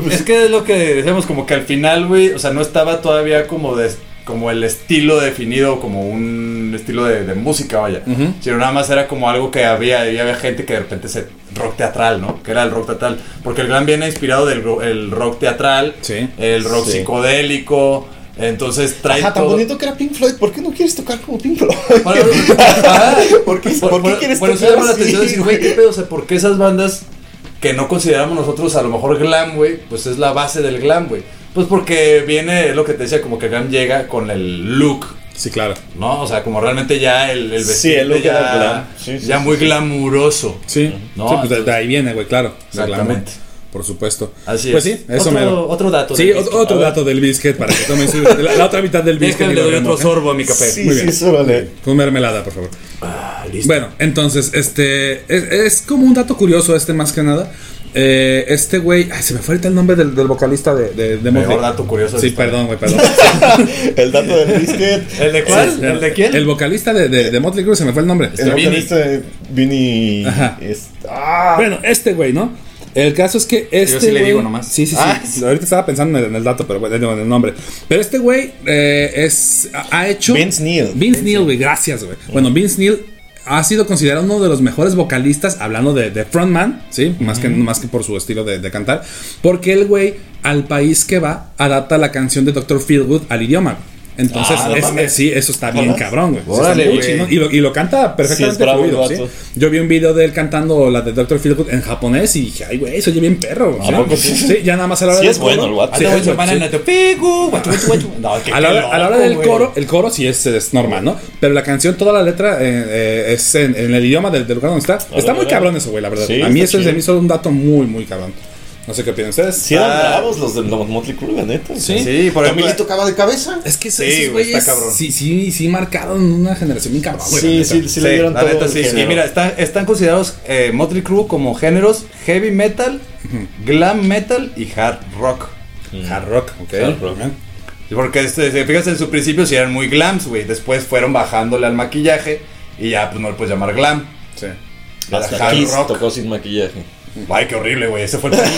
[SPEAKER 4] Pues Es que es lo que decíamos, como que al final, güey, o sea, no estaba todavía como de, como el estilo definido, como un estilo de, de música, vaya.
[SPEAKER 3] Ujú.
[SPEAKER 4] Sino nada más era como algo que había, y había gente que de repente se rock teatral, ¿no? Que era el rock teatral. Porque el gran viene inspirado del ro- el rock teatral,
[SPEAKER 3] Sí.
[SPEAKER 4] el rock
[SPEAKER 2] Sí.
[SPEAKER 4] psicodélico. Entonces trae
[SPEAKER 2] Ajá, tan
[SPEAKER 4] todo-
[SPEAKER 2] bonito que era Pink Floyd. ¿Por qué no quieres tocar como Pink Floyd?
[SPEAKER 4] Bueno, ajá.
[SPEAKER 2] (laughs) ¿Por qué- por qué quieres
[SPEAKER 4] por eso
[SPEAKER 2] tocar
[SPEAKER 4] llama la
[SPEAKER 2] así,
[SPEAKER 4] atención decir, güey, qué pedo, o sea, ¿por qué esas bandas que no consideramos nosotros a lo mejor glam, güey, pues es la base del glam, güey? Pues porque viene es lo que te decía, como que glam llega con el look,
[SPEAKER 3] Sí, claro.
[SPEAKER 4] ¿no? O sea, como realmente ya el, el
[SPEAKER 2] Sí,
[SPEAKER 4] vestido
[SPEAKER 2] el look
[SPEAKER 4] ya,
[SPEAKER 2] era glam. Sí, sí,
[SPEAKER 4] ya
[SPEAKER 2] sí,
[SPEAKER 4] muy
[SPEAKER 2] sí.
[SPEAKER 4] glamuroso.
[SPEAKER 3] Sí,
[SPEAKER 4] No,
[SPEAKER 3] sí, pues de- de,
[SPEAKER 4] entonces-
[SPEAKER 3] ahí viene, güey, claro. el glamour,
[SPEAKER 4] Exactamente.
[SPEAKER 3] Por supuesto.
[SPEAKER 4] Así
[SPEAKER 3] pues
[SPEAKER 4] es.
[SPEAKER 3] sí, eso
[SPEAKER 4] Otro-
[SPEAKER 3] mero.
[SPEAKER 4] otro dato
[SPEAKER 3] Sí,
[SPEAKER 4] del
[SPEAKER 3] ot-
[SPEAKER 4] biscuit.
[SPEAKER 3] otro
[SPEAKER 4] A ver.
[SPEAKER 3] dato del biscuit para que tomen su, la, la otra mitad
[SPEAKER 4] (laughs)
[SPEAKER 3] del biscuit.
[SPEAKER 4] Déjame
[SPEAKER 3] y
[SPEAKER 4] le
[SPEAKER 3] lo ¿eh?
[SPEAKER 4] doy otro
[SPEAKER 3] remojen.
[SPEAKER 4] sorbo a mi café.
[SPEAKER 2] (laughs) Sí,
[SPEAKER 3] Muy
[SPEAKER 2] sí,
[SPEAKER 3] bien.
[SPEAKER 2] eso vale.
[SPEAKER 3] Con mermelada, por favor.
[SPEAKER 4] Ah, listo.
[SPEAKER 3] Bueno, entonces, este. Es, es como un dato curioso, este más que nada. Eh, este güey. Ay, se me fue ahorita el nombre del, del vocalista de, de, de
[SPEAKER 4] Mejor
[SPEAKER 3] Motley.
[SPEAKER 4] dato curioso.
[SPEAKER 3] Sí,
[SPEAKER 4] de esta-
[SPEAKER 3] perdón, güey, perdón.
[SPEAKER 2] El dato del biscuit.
[SPEAKER 4] (laughs) ¿El de cuál? (laughs) ¿El de quién?
[SPEAKER 3] El vocalista de, de, de Motley Crue, se me fue el nombre. Este
[SPEAKER 2] El
[SPEAKER 4] este, Vinny.
[SPEAKER 2] vocalista de Vinny.
[SPEAKER 3] Ajá.
[SPEAKER 2] es- ah,
[SPEAKER 3] Bueno, este güey, ¿no? El caso es que este.
[SPEAKER 4] sí le
[SPEAKER 3] güey-
[SPEAKER 4] digo nomás.
[SPEAKER 3] Sí, sí, sí.
[SPEAKER 4] Ah.
[SPEAKER 3] Ahorita estaba pensando en el, en el dato, pero bueno, en el nombre. Pero este güey eh, es, ha- ha hecho.
[SPEAKER 2] Vince Neil.
[SPEAKER 3] Vince Neil, güey, gracias, güey.
[SPEAKER 4] Mm.
[SPEAKER 3] Bueno, Vince Neil ha sido considerado uno de los mejores vocalistas, hablando de, de frontman, ¿sí? Más, que, más que por su estilo de, de cantar. Porque el güey, al país que va, adapta la canción de Dr. Feelgood al idioma. güey. Entonces,
[SPEAKER 4] Ah, no
[SPEAKER 3] es-
[SPEAKER 4] mames.
[SPEAKER 3] es- sí, eso está bien
[SPEAKER 2] Ajá.
[SPEAKER 3] cabrón, güey. Eso
[SPEAKER 4] Órale,
[SPEAKER 3] está muy
[SPEAKER 4] güey.
[SPEAKER 3] chingón. Y lo, y lo canta perfectamente
[SPEAKER 2] bravo el
[SPEAKER 3] fluido, ¿sí?
[SPEAKER 2] vato.
[SPEAKER 3] Yo vi un video de él cantando la de Dr. Feelgood en japonés y dije, ay, güey, se oye bien perro.
[SPEAKER 2] ¿A poco sí?
[SPEAKER 3] ya nada más a la hora
[SPEAKER 2] Sí
[SPEAKER 3] del
[SPEAKER 2] es bueno
[SPEAKER 3] coro.
[SPEAKER 2] el vato.
[SPEAKER 4] Ah,
[SPEAKER 3] Sí,
[SPEAKER 4] te voy a
[SPEAKER 3] es bueno,
[SPEAKER 4] llamar
[SPEAKER 3] sí.
[SPEAKER 4] a tu pigu, guachu, guachu, guachu. No, que-
[SPEAKER 3] A la, hora,
[SPEAKER 4] qué
[SPEAKER 3] a la hora
[SPEAKER 4] loco,
[SPEAKER 3] del
[SPEAKER 4] güey.
[SPEAKER 3] coro, el coro sí es, es normal, ¿no? Pero la canción, toda la letra eh, eh, es en, en el idioma del, del lugar donde está. Está muy
[SPEAKER 2] órale.
[SPEAKER 3] cabrón eso, güey, la verdad.
[SPEAKER 2] Sí,
[SPEAKER 3] a mí
[SPEAKER 2] está
[SPEAKER 3] eso es de
[SPEAKER 2] chido.
[SPEAKER 3] mí solo un dato muy, muy cabrón. No sé qué opinan ustedes.
[SPEAKER 2] Sí eran
[SPEAKER 4] Ah.
[SPEAKER 2] bravos los de los Motley Crue, la neta.
[SPEAKER 3] Sí.
[SPEAKER 4] Sí, por
[SPEAKER 2] Tommy
[SPEAKER 4] ejemplo. eh,
[SPEAKER 2] Lee tocaba de cabeza.
[SPEAKER 3] Es que
[SPEAKER 4] Sí,
[SPEAKER 3] esos
[SPEAKER 4] güey, está
[SPEAKER 3] güeyes
[SPEAKER 4] cabrón.
[SPEAKER 3] sí, sí, sí marcaron una generación bien cabrón, güey.
[SPEAKER 2] Sí,
[SPEAKER 3] la neta.
[SPEAKER 2] sí, sí le dieron
[SPEAKER 4] la
[SPEAKER 2] todo
[SPEAKER 4] neta
[SPEAKER 2] el
[SPEAKER 4] sí. Y
[SPEAKER 2] género.
[SPEAKER 4] mira, están, están considerados eh, Motley Crue como géneros heavy metal, glam metal y hard rock.
[SPEAKER 3] Hard rock, ok.
[SPEAKER 2] Hard rock.
[SPEAKER 3] Bien.
[SPEAKER 4] Porque este, si fíjate en su principio si eran muy glams, güey. Después fueron bajándole al maquillaje y ya pues no le puedes llamar glam.
[SPEAKER 3] Sí.
[SPEAKER 4] Era
[SPEAKER 2] Hasta
[SPEAKER 4] hard
[SPEAKER 2] Kiss
[SPEAKER 4] rock.
[SPEAKER 2] tocó sin
[SPEAKER 4] (laughs)
[SPEAKER 2] maquillaje.
[SPEAKER 4] Ay, qué horrible, güey. Ese fue el peor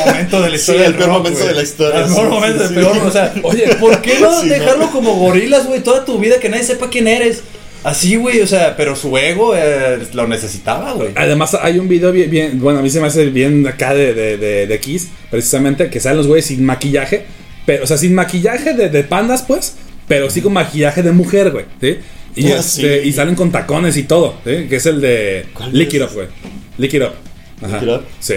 [SPEAKER 2] (laughs)
[SPEAKER 4] momento de la historia.
[SPEAKER 2] el
[SPEAKER 4] del
[SPEAKER 2] peor
[SPEAKER 4] rock,
[SPEAKER 2] momento
[SPEAKER 4] güey.
[SPEAKER 2] de la historia,
[SPEAKER 4] El
[SPEAKER 2] sí,
[SPEAKER 4] peor
[SPEAKER 2] sí,
[SPEAKER 4] momento, el
[SPEAKER 2] sí.
[SPEAKER 4] peor. O sea, oye, ¿por qué no
[SPEAKER 2] (laughs) Sí, no.
[SPEAKER 4] dejarlo como gorilas, güey? Toda tu vida que nadie sepa quién eres. Así, güey. O sea, pero su ego eh, lo necesitaba, güey.
[SPEAKER 3] Además, hay un video bien, bien- bueno, a mí se me hace bien acá de, de, de, de Kiss, precisamente, que salen los güeyes sin maquillaje, pero, o sea, sin maquillaje de, de pandas, pues, pero sí con maquillaje de mujer, güey, ¿sí? Y,
[SPEAKER 2] Ah,
[SPEAKER 3] este,
[SPEAKER 2] sí.
[SPEAKER 3] y salen con tacones y todo, ¿sí? Que es el de
[SPEAKER 2] ¿Cuál
[SPEAKER 3] Lick It
[SPEAKER 2] es?
[SPEAKER 3] Up, güey. Lick It Up. Ajá.
[SPEAKER 2] Lick It Up.
[SPEAKER 3] Sí.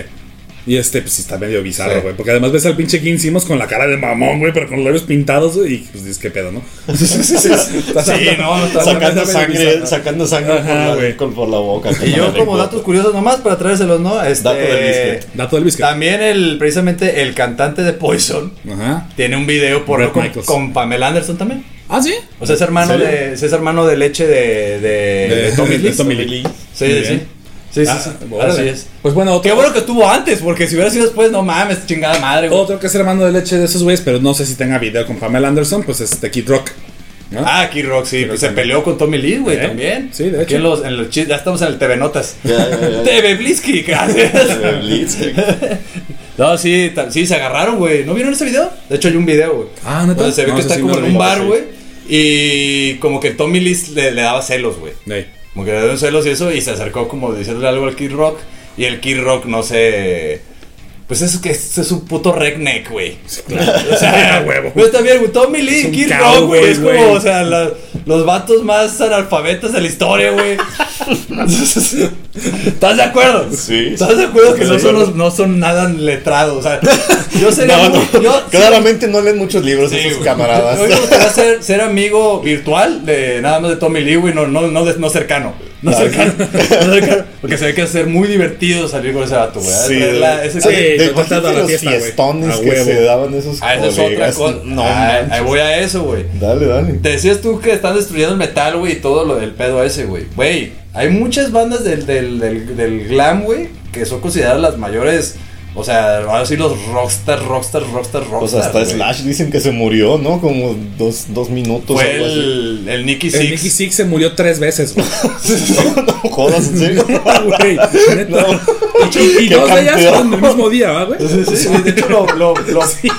[SPEAKER 3] Y este, pues sí está medio bizarro,
[SPEAKER 4] Sí.
[SPEAKER 3] güey. Porque además ves al pinche Gene Simmons con la cara de mamón, güey, pero con los labios pintados, güey. Y pues dices, qué pedo, ¿no? (laughs)
[SPEAKER 4] Sí, no, no
[SPEAKER 2] (laughs)
[SPEAKER 4] está-
[SPEAKER 2] Sacando
[SPEAKER 4] está medio
[SPEAKER 2] sangre,
[SPEAKER 4] bizarro.
[SPEAKER 2] sacando sangre
[SPEAKER 3] Ajá,
[SPEAKER 2] por,
[SPEAKER 3] güey.
[SPEAKER 2] la, con- por la boca. con
[SPEAKER 4] Y
[SPEAKER 2] la
[SPEAKER 4] yo
[SPEAKER 2] lengua.
[SPEAKER 4] como datos curiosos nomás para traérselos, ¿no? Este,
[SPEAKER 2] Dato del biscuit.
[SPEAKER 3] Dato del biscuit.
[SPEAKER 4] También el, precisamente el cantante de Poison
[SPEAKER 3] Ajá.
[SPEAKER 4] tiene un video por
[SPEAKER 3] Bret
[SPEAKER 4] con,
[SPEAKER 3] Michaels.
[SPEAKER 4] con Pamela Anderson también.
[SPEAKER 3] Ah, sí.
[SPEAKER 4] O sea, es hermano
[SPEAKER 2] ¿En serio?
[SPEAKER 4] de, es hermano de leche de, de,
[SPEAKER 3] De-
[SPEAKER 4] de
[SPEAKER 3] de
[SPEAKER 4] Tommy Lee.
[SPEAKER 2] Tommy
[SPEAKER 3] Tommy Lee.
[SPEAKER 2] Lee.
[SPEAKER 4] Sí,
[SPEAKER 3] Muy
[SPEAKER 4] sí, sí.
[SPEAKER 3] bien.
[SPEAKER 4] Sí, sí,
[SPEAKER 3] Ah,
[SPEAKER 4] sí.
[SPEAKER 3] órale.
[SPEAKER 4] Así es.
[SPEAKER 3] Pues bueno, otro,
[SPEAKER 4] Qué bueno que estuvo antes, porque si hubiera sido después, no mames, chingada madre, güey.
[SPEAKER 3] otro que es hermano de leche de esos güeyes, pero no sé si tenga video con Pamela Anderson, pues es The Kid Rock. ¿no?
[SPEAKER 4] Ah, Kid Rock, sí, pues se
[SPEAKER 3] también.
[SPEAKER 4] peleó con Tommy Lee, güey,
[SPEAKER 3] ¿Eh?
[SPEAKER 4] también.
[SPEAKER 3] Sí, de hecho.
[SPEAKER 4] Aquí en los, en los chis- ya estamos en el TV Notas.
[SPEAKER 2] Ya, ya, ya.
[SPEAKER 4] TV Blitzky, (laughs) gracias.
[SPEAKER 2] (laughs) De Blitzkrieg.
[SPEAKER 4] No, sí, ta- sí, se agarraron, güey. ¿No vieron ese video? De hecho, hay un video, güey.
[SPEAKER 3] Ah, ¿neta?
[SPEAKER 4] Donde se ve
[SPEAKER 3] No,
[SPEAKER 4] que
[SPEAKER 3] ese
[SPEAKER 4] está
[SPEAKER 3] sí
[SPEAKER 4] como
[SPEAKER 3] no
[SPEAKER 4] en
[SPEAKER 3] lo
[SPEAKER 4] un
[SPEAKER 3] vi,
[SPEAKER 4] bar,
[SPEAKER 3] sí.
[SPEAKER 4] güey. Y como que Tommy Lee le, le daba celos, güey.
[SPEAKER 3] Ey.
[SPEAKER 4] Como que le dieron celos y eso, y se acercó como diciéndole algo al Kid Rock. Y el Kid Rock, no sé. Pues es que es, es un puto redneck, güey.
[SPEAKER 2] (laughs)
[SPEAKER 4] O (laughs) sea,
[SPEAKER 3] huevo.
[SPEAKER 4] Pero también, güey, Tommy Lee,
[SPEAKER 3] Es un
[SPEAKER 4] Kid
[SPEAKER 3] cowboy,
[SPEAKER 4] Rock, güey. Es como,
[SPEAKER 3] güey.
[SPEAKER 4] o sea, la- los vatos más analfabetas de la
[SPEAKER 2] (laughs)
[SPEAKER 4] historia, güey. ¿Estás de acuerdo?
[SPEAKER 2] Sí.
[SPEAKER 4] ¿Estás de acuerdo que
[SPEAKER 2] Sí.
[SPEAKER 4] no son, los- no son nada letrados?
[SPEAKER 2] (laughs)
[SPEAKER 4] O sea, yo sería.
[SPEAKER 2] No,
[SPEAKER 4] muy-
[SPEAKER 2] (laughs) no.
[SPEAKER 4] yo-
[SPEAKER 2] Claramente no leen muchos libros
[SPEAKER 4] Sí,
[SPEAKER 2] esos
[SPEAKER 4] güey. (laughs)
[SPEAKER 2] camaradas.
[SPEAKER 4] Yo- yo
[SPEAKER 2] (laughs)
[SPEAKER 4] me gustaría ser, ser amigo virtual de nada más de Tommy Lee, güey, no, no, no, de- no cercano. No cercano, no cercano. Porque se ve que va a ser muy divertido salir con ese vato, güey.
[SPEAKER 2] Sí,
[SPEAKER 4] Traerla- ese-
[SPEAKER 2] sí,
[SPEAKER 3] Sí,
[SPEAKER 2] de imagínate
[SPEAKER 3] contando a la
[SPEAKER 2] los
[SPEAKER 3] fiesta, güey.
[SPEAKER 2] fiestones
[SPEAKER 3] A
[SPEAKER 2] que
[SPEAKER 3] huevo.
[SPEAKER 2] se daban esos
[SPEAKER 4] Ah, esa es otra
[SPEAKER 2] colegas.
[SPEAKER 4] cosa.
[SPEAKER 2] No,
[SPEAKER 4] Ah,
[SPEAKER 2] manches.
[SPEAKER 4] ahí voy a eso, güey.
[SPEAKER 2] Dale, dale.
[SPEAKER 4] Te decías tú que están destruyendo el metal, güey, y todo lo del pedo ese, güey. Güey, hay muchas bandas del, del, del, del glam, güey, que son consideradas las mayores. O sea, van a decir los rockstars, rockstars, rockstars, rockstars.
[SPEAKER 2] Pues hasta
[SPEAKER 4] güey.
[SPEAKER 2] Slash dicen que se murió, ¿no? Como dos, dos minutos.
[SPEAKER 4] Fue
[SPEAKER 2] algo así.
[SPEAKER 4] el, el Nicky
[SPEAKER 3] El
[SPEAKER 4] Six.
[SPEAKER 3] Nicky Six se murió tres veces,
[SPEAKER 4] (laughs)
[SPEAKER 3] güey.
[SPEAKER 2] (laughs) no jodas, en
[SPEAKER 3] (laughs)
[SPEAKER 2] serio.
[SPEAKER 3] Güey, neta.
[SPEAKER 4] (laughs)
[SPEAKER 3] Y, y
[SPEAKER 2] Qué
[SPEAKER 3] dos de ellas
[SPEAKER 2] campeón.
[SPEAKER 3] en el mismo día, ¿va, güey?
[SPEAKER 4] Sí, sí, sí, de hecho lo, lo, lo- (laughs)
[SPEAKER 3] Sí,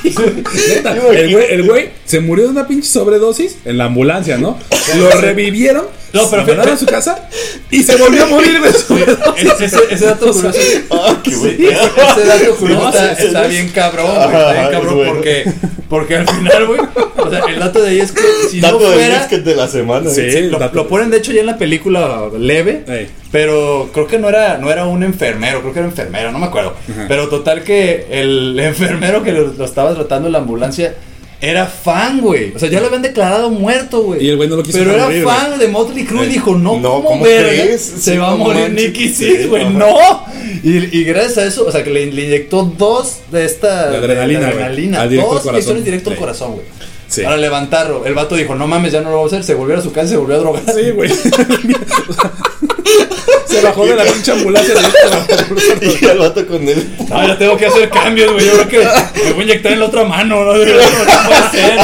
[SPEAKER 3] neta,
[SPEAKER 2] Yo me
[SPEAKER 3] el güey, el güey se murió de una pinche sobredosis en la ambulancia, ¿no? Lo revivieron,
[SPEAKER 4] No, pero
[SPEAKER 3] lo mandaron a su casa y se volvió a morir
[SPEAKER 4] (laughs)
[SPEAKER 3] de sobredosis.
[SPEAKER 4] ese, ese- ese dato curioso, ese
[SPEAKER 2] Ah, qué buen pedo.
[SPEAKER 4] dato curioso
[SPEAKER 2] No,
[SPEAKER 4] está,
[SPEAKER 2] sí, sí,
[SPEAKER 4] está
[SPEAKER 2] sí.
[SPEAKER 4] bien cabrón, güey,
[SPEAKER 2] Ajá,
[SPEAKER 4] está bien
[SPEAKER 2] ajá,
[SPEAKER 4] cabrón
[SPEAKER 2] es bueno.
[SPEAKER 4] porque, porque al final, güey, o sea, el dato de ahí es que si
[SPEAKER 2] Dato
[SPEAKER 4] no
[SPEAKER 2] del
[SPEAKER 4] fuera,
[SPEAKER 2] brisket de la semana.
[SPEAKER 3] Sí.
[SPEAKER 2] ¿eh?
[SPEAKER 4] lo,
[SPEAKER 3] dato
[SPEAKER 4] lo
[SPEAKER 3] del-
[SPEAKER 4] ponen de hecho ya en la película leve,
[SPEAKER 3] Ey.
[SPEAKER 4] pero creo que no era, no era un enfermero, creo que era enfermera, no me acuerdo, pero total que el (laughs) enfermero que lo, lo estaba tratando en la ambulancia era fan, güey, o sea, ya lo habían declarado muerto, güey,
[SPEAKER 3] Y el güey no lo quiso
[SPEAKER 4] pero era
[SPEAKER 3] morir, güey. Eh,
[SPEAKER 4] fan de Motley Crue y
[SPEAKER 3] Ey.
[SPEAKER 4] dijo, no,
[SPEAKER 2] No,
[SPEAKER 4] ¿cómo,
[SPEAKER 2] ¿cómo
[SPEAKER 4] verga?
[SPEAKER 2] crees?
[SPEAKER 4] Se
[SPEAKER 2] Sí,
[SPEAKER 4] va a
[SPEAKER 2] no
[SPEAKER 4] morir
[SPEAKER 2] manches.
[SPEAKER 4] Nicky Six,
[SPEAKER 2] Sí,
[SPEAKER 4] güey,
[SPEAKER 2] ajá.
[SPEAKER 4] no. Y, y gracias a eso, o sea, que le, le inyectó dos de esta...
[SPEAKER 3] De adrenalina,
[SPEAKER 4] de
[SPEAKER 3] güey.
[SPEAKER 4] adrenalina,
[SPEAKER 3] Al directo
[SPEAKER 4] dos
[SPEAKER 3] al corazón.
[SPEAKER 4] inyecciones directo al
[SPEAKER 3] Sí.
[SPEAKER 4] corazón, güey.
[SPEAKER 3] Sí.
[SPEAKER 4] Para levantarlo. El vato dijo, no mames, ya no lo vamos a hacer. Se volvió a su casa y se volvió a drogar.
[SPEAKER 3] Sí,
[SPEAKER 2] (laughs)
[SPEAKER 3] güey. Se bajó de la pinche ambulancia directo.
[SPEAKER 2] (laughs) Y el vato con él.
[SPEAKER 4] No, yo tengo que hacer cambios, güey. Yo creo que me voy a inyectar en la otra mano. No, no, no, no puede ser.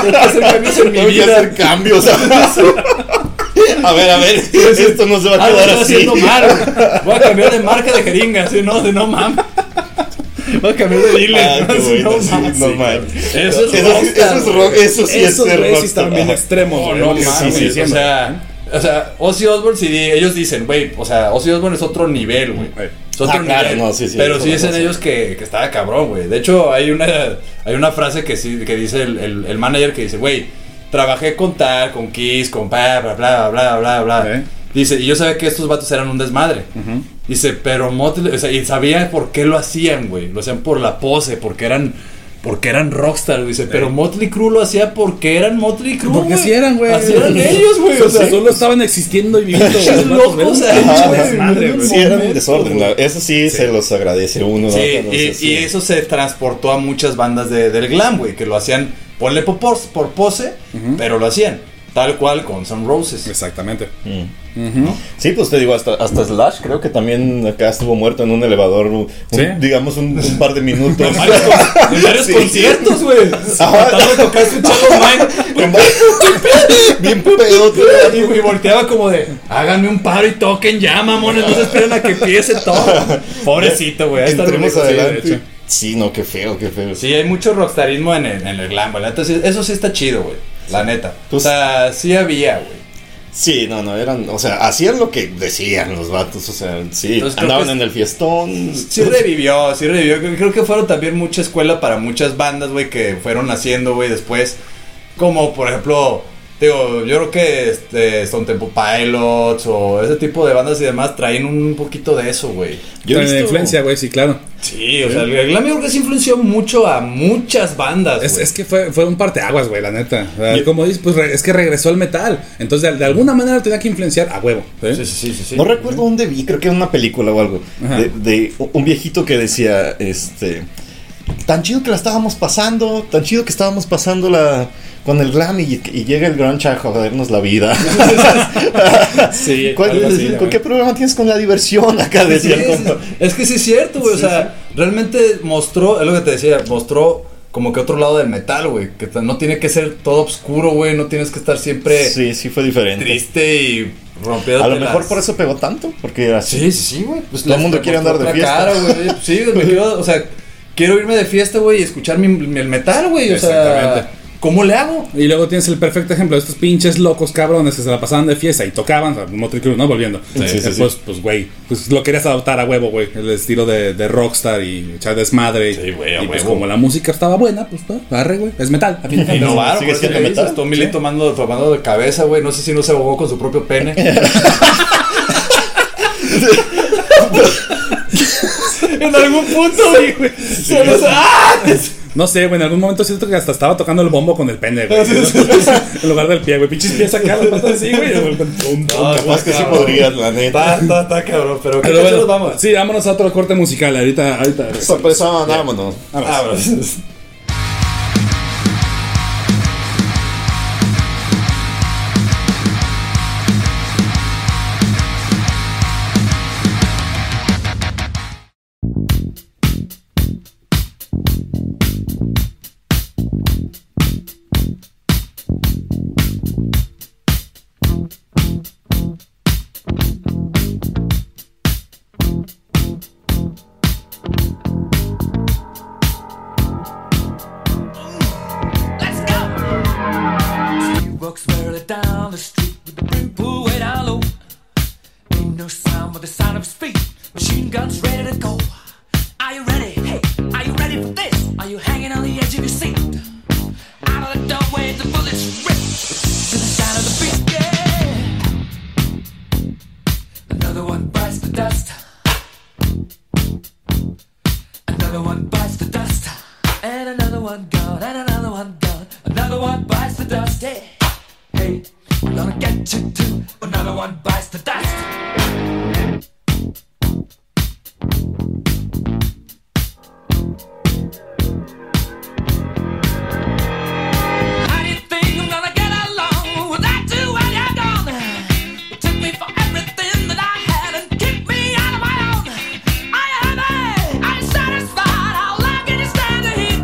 [SPEAKER 4] Tengo que hacer cambios en mi
[SPEAKER 2] Tengo que
[SPEAKER 4] vida.
[SPEAKER 2] hacer cambios. (laughs) a ver, a ver. Esto no se va a
[SPEAKER 4] Ah, lo
[SPEAKER 2] quedar
[SPEAKER 4] estoy
[SPEAKER 2] así.
[SPEAKER 4] haciendo mal. Voy a cambiar de marca de jeringa. Si no, si no mames. Voy a cambiar de dealer.
[SPEAKER 2] Ah, qué
[SPEAKER 4] si
[SPEAKER 2] bueno,
[SPEAKER 4] no
[SPEAKER 2] sí,
[SPEAKER 4] mames.
[SPEAKER 2] no manches.
[SPEAKER 4] Eso
[SPEAKER 2] Eso,
[SPEAKER 4] es
[SPEAKER 2] sí- eso
[SPEAKER 4] rockstar,
[SPEAKER 2] es
[SPEAKER 4] güey.
[SPEAKER 2] rock, eso sí
[SPEAKER 3] Esos
[SPEAKER 2] es ser
[SPEAKER 3] güeyes sí
[SPEAKER 2] rockstar.
[SPEAKER 3] estaban bien
[SPEAKER 2] Ajá.
[SPEAKER 3] extremos,
[SPEAKER 4] No,
[SPEAKER 3] güey.
[SPEAKER 4] no
[SPEAKER 3] lo que sí,
[SPEAKER 4] mames,
[SPEAKER 3] sí,
[SPEAKER 4] o
[SPEAKER 3] siempre.
[SPEAKER 4] sea, o sea, Ozzy Osbourne, sí, ellos dicen, güey, o sea, Ozzy Osbourne es otro nivel, güey.
[SPEAKER 3] Eh.
[SPEAKER 4] Es otro
[SPEAKER 2] Ah, claro,
[SPEAKER 4] nivel.
[SPEAKER 2] no, sí, sí,
[SPEAKER 4] pero
[SPEAKER 2] eso
[SPEAKER 4] sí
[SPEAKER 2] no
[SPEAKER 4] dicen
[SPEAKER 2] pasa.
[SPEAKER 4] ellos que, que estaba cabrón, güey. De hecho, hay una, hay una frase que sí, que dice el, el- el manager que dice, güey, trabajé con tal, con Kiss, con bla, bla, bla, bla, bla, bla.
[SPEAKER 3] Ok.
[SPEAKER 4] Dice, y yo sabía que estos vatos eran un desmadre. Dice, pero Motley, o sea, y sabía por qué lo hacían, güey. Lo hacían por la pose, porque eran... Porque eran rockstar, dice, pero Motley Crue lo hacía porque eran Motley Crue.
[SPEAKER 3] Porque así eran, güey.
[SPEAKER 4] Así eran ellos, güey. O sea,
[SPEAKER 3] solo estaban existiendo y viviendo.
[SPEAKER 4] Pinches
[SPEAKER 3] güey, vatos,
[SPEAKER 4] locos,
[SPEAKER 3] güey.
[SPEAKER 4] ajá.
[SPEAKER 3] Pinche desmadre, güey.
[SPEAKER 2] Ah, Sí, era un desorden. la- Eso sí, se los agradece uno. ¿no?
[SPEAKER 4] Sí,
[SPEAKER 2] Pero
[SPEAKER 4] y,
[SPEAKER 2] sí, sí.
[SPEAKER 4] y eso se transportó a muchas bandas de- del glam, güey, que lo hacían, ponle por, pos- por pose, pero lo hacían. Tal cual con Sun Roses.
[SPEAKER 3] Exactamente.
[SPEAKER 2] Sí, pues te digo, hasta, hasta Slash creo que también acá estuvo muerto en un elevador, un-
[SPEAKER 3] Sí.
[SPEAKER 2] digamos un, un par de minutos. (laughs)
[SPEAKER 4] En (laughs) varios, con- en varios
[SPEAKER 2] Sí.
[SPEAKER 4] conciertos, güey. Tratando de tocar su (laughs) Chavo Mine, güey,
[SPEAKER 2] Bien (laughs) pedo, tú.
[SPEAKER 4] y, güey, volteaba como de, háganme un paro y toquen ya, mamones, no se esperen a que empiece todo.
[SPEAKER 2] (laughs)
[SPEAKER 4] Pobrecito, güey. ahí está el
[SPEAKER 2] Entremos
[SPEAKER 4] único, sí, de
[SPEAKER 2] adelante.
[SPEAKER 4] hecho.
[SPEAKER 2] Sí, no, qué feo, qué feo.
[SPEAKER 4] Sí, hay mucho rockstarismo en el, en el glam, güey. Entonces, eso sí está chido, güey. La neta. O
[SPEAKER 2] Pues-
[SPEAKER 4] sea, sí había, güey.
[SPEAKER 2] Sí, no, no, eran, o sea, hacían lo que decían los vatos, o sea, sí,
[SPEAKER 4] Entonces, creo
[SPEAKER 2] andaban
[SPEAKER 4] que es-
[SPEAKER 2] en el fiestón.
[SPEAKER 4] Sí revivió, sí revivió. Creo- Creo que fueron también mucha escuela para muchas bandas, güey, que fueron haciendo, güey, después. Como por ejemplo, Digo, yo creo que este, Stone Temple Pilots o ese tipo de bandas y demás traen un poquito de eso, güey.
[SPEAKER 2] Yo he
[SPEAKER 3] Traen
[SPEAKER 2] visto-
[SPEAKER 3] influencia, güey, sí, claro.
[SPEAKER 4] Sí, o sea, el glam yo creo que sí influenció mucho a muchas bandas.
[SPEAKER 3] Es,
[SPEAKER 4] güey.
[SPEAKER 3] es que fue, fue un parteaguas, güey, la neta. O sea,
[SPEAKER 2] Y-
[SPEAKER 3] Como dices, pues re- es que regresó al metal. Entonces, de, de alguna manera lo tenía que influenciar a huevo. ¿eh?
[SPEAKER 4] Sí, sí, sí, sí, sí.
[SPEAKER 2] No recuerdo dónde vi, creo que en una película o algo.
[SPEAKER 3] Ajá.
[SPEAKER 2] De, de un viejito que decía, este. Tan chido que la estábamos pasando, tan chido que estábamos pasando la, con el glam y, y llega el grunge a jodernos la vida.
[SPEAKER 3] Sí,
[SPEAKER 2] (laughs) ¿Cuál,
[SPEAKER 3] algo así, la
[SPEAKER 2] ¿con qué
[SPEAKER 3] verdad.
[SPEAKER 2] problema tienes con la diversión (laughs) acá?
[SPEAKER 4] Sí,
[SPEAKER 2] Decía el
[SPEAKER 4] es,
[SPEAKER 2] compa.
[SPEAKER 4] es que sí es cierto, güey. o sea, realmente mostró, es lo que te decía, mostró como que otro lado del metal, güey. Que t- no tiene que ser todo oscuro, güey. No tienes que estar siempre
[SPEAKER 2] Sí, sí fue diferente.
[SPEAKER 4] triste y rompiendo.
[SPEAKER 2] A lo mejor por eso pegó tanto, porque era así.
[SPEAKER 4] Sí, sí, sí, güey. Pues
[SPEAKER 2] Todo el
[SPEAKER 4] les-
[SPEAKER 2] mundo
[SPEAKER 4] les
[SPEAKER 2] quiere
[SPEAKER 4] mostró
[SPEAKER 2] andar de
[SPEAKER 4] otra
[SPEAKER 2] fiesta.
[SPEAKER 4] Cara, güey. Sí, güey, me quiero, o sea, quiero irme de fiesta, güey, y escuchar mi, mi- el metal, güey. O
[SPEAKER 3] Exactamente.
[SPEAKER 4] sea, ¿cómo le hago?
[SPEAKER 3] Y luego tienes el perfecto ejemplo de estos pinches locos cabrones que se la pasaban de fiesta y tocaban, o sea, Motley Crue, ¿no? Volviendo.
[SPEAKER 2] Sí, sí, sí.
[SPEAKER 3] pues, pues, güey, pues lo querías adoptar a huevo, güey. El estilo de, de rockstar y echar desmadre.
[SPEAKER 4] Sí, güey, a
[SPEAKER 3] Y pues
[SPEAKER 4] huevo.
[SPEAKER 3] como la música estaba buena, pues, pues, arre, güey. Es metal. a fin de
[SPEAKER 4] (laughs)
[SPEAKER 3] cuentas.
[SPEAKER 4] Innovar,
[SPEAKER 2] sigue
[SPEAKER 4] sigue
[SPEAKER 2] siendo
[SPEAKER 4] siendo
[SPEAKER 2] metal.
[SPEAKER 4] metal. Tommy Lee tomando, tomando de cabeza, güey. No sé si no se ahogó con su propio
[SPEAKER 2] (laughs)
[SPEAKER 4] pene. en algún punto, güey. se los- ¡Ah!
[SPEAKER 3] No sé, güey, en algún momento siento que hasta estaba tocando el bombo con el pene,
[SPEAKER 4] (laughs)
[SPEAKER 3] güey. en lugar del pie, güey. Pinches pies acá, las patas así, güey.
[SPEAKER 4] (laughs) No,
[SPEAKER 2] Capaz que sí
[SPEAKER 4] cabrón.
[SPEAKER 2] podrías, la neta.
[SPEAKER 4] Está, está, está, cabrón. Pero, ¿qué
[SPEAKER 3] Pero
[SPEAKER 4] tal si
[SPEAKER 3] bueno,
[SPEAKER 4] nos vamos?
[SPEAKER 3] sí, vámonos a otro corte musical. Ahorita, ahorita.
[SPEAKER 2] Sorpresa, vámonos.
[SPEAKER 4] Ah, bro.
[SPEAKER 5] Walks merrily down the street with the brim pulled way down low. Ain't no sound but the sound of his feet. Machine guns ready to go. Are you ready? Hey, are you ready for this? Are you hanging on the edge of your seat? Out of the doorway, the bullets rip to the sound of the beat. Yeah. Another one bites the dust. Another one bites the dust. And another one gone, and another one gone. Another one bites the dust. Hey, hey, we're gonna get you too. Another one bites the dust. How do you think I'm gonna get along without you while you're gone? You took me for everything that I had and kicked me out of my own. Are you happy? Are you satisfied? How long can you stand the heat?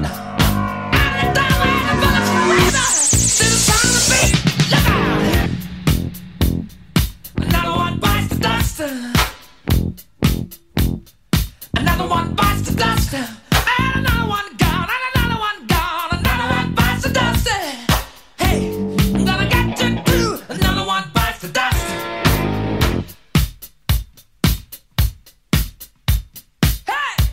[SPEAKER 5] Out of the doorway, the bullets are raining. To the sound of the beat, look out! Another one bites the dust. Another one bites the dust. And another one gone. And another one gone. Another one bites the dust. Hey, I'm gonna get you too. Another one bites the dust. Hey!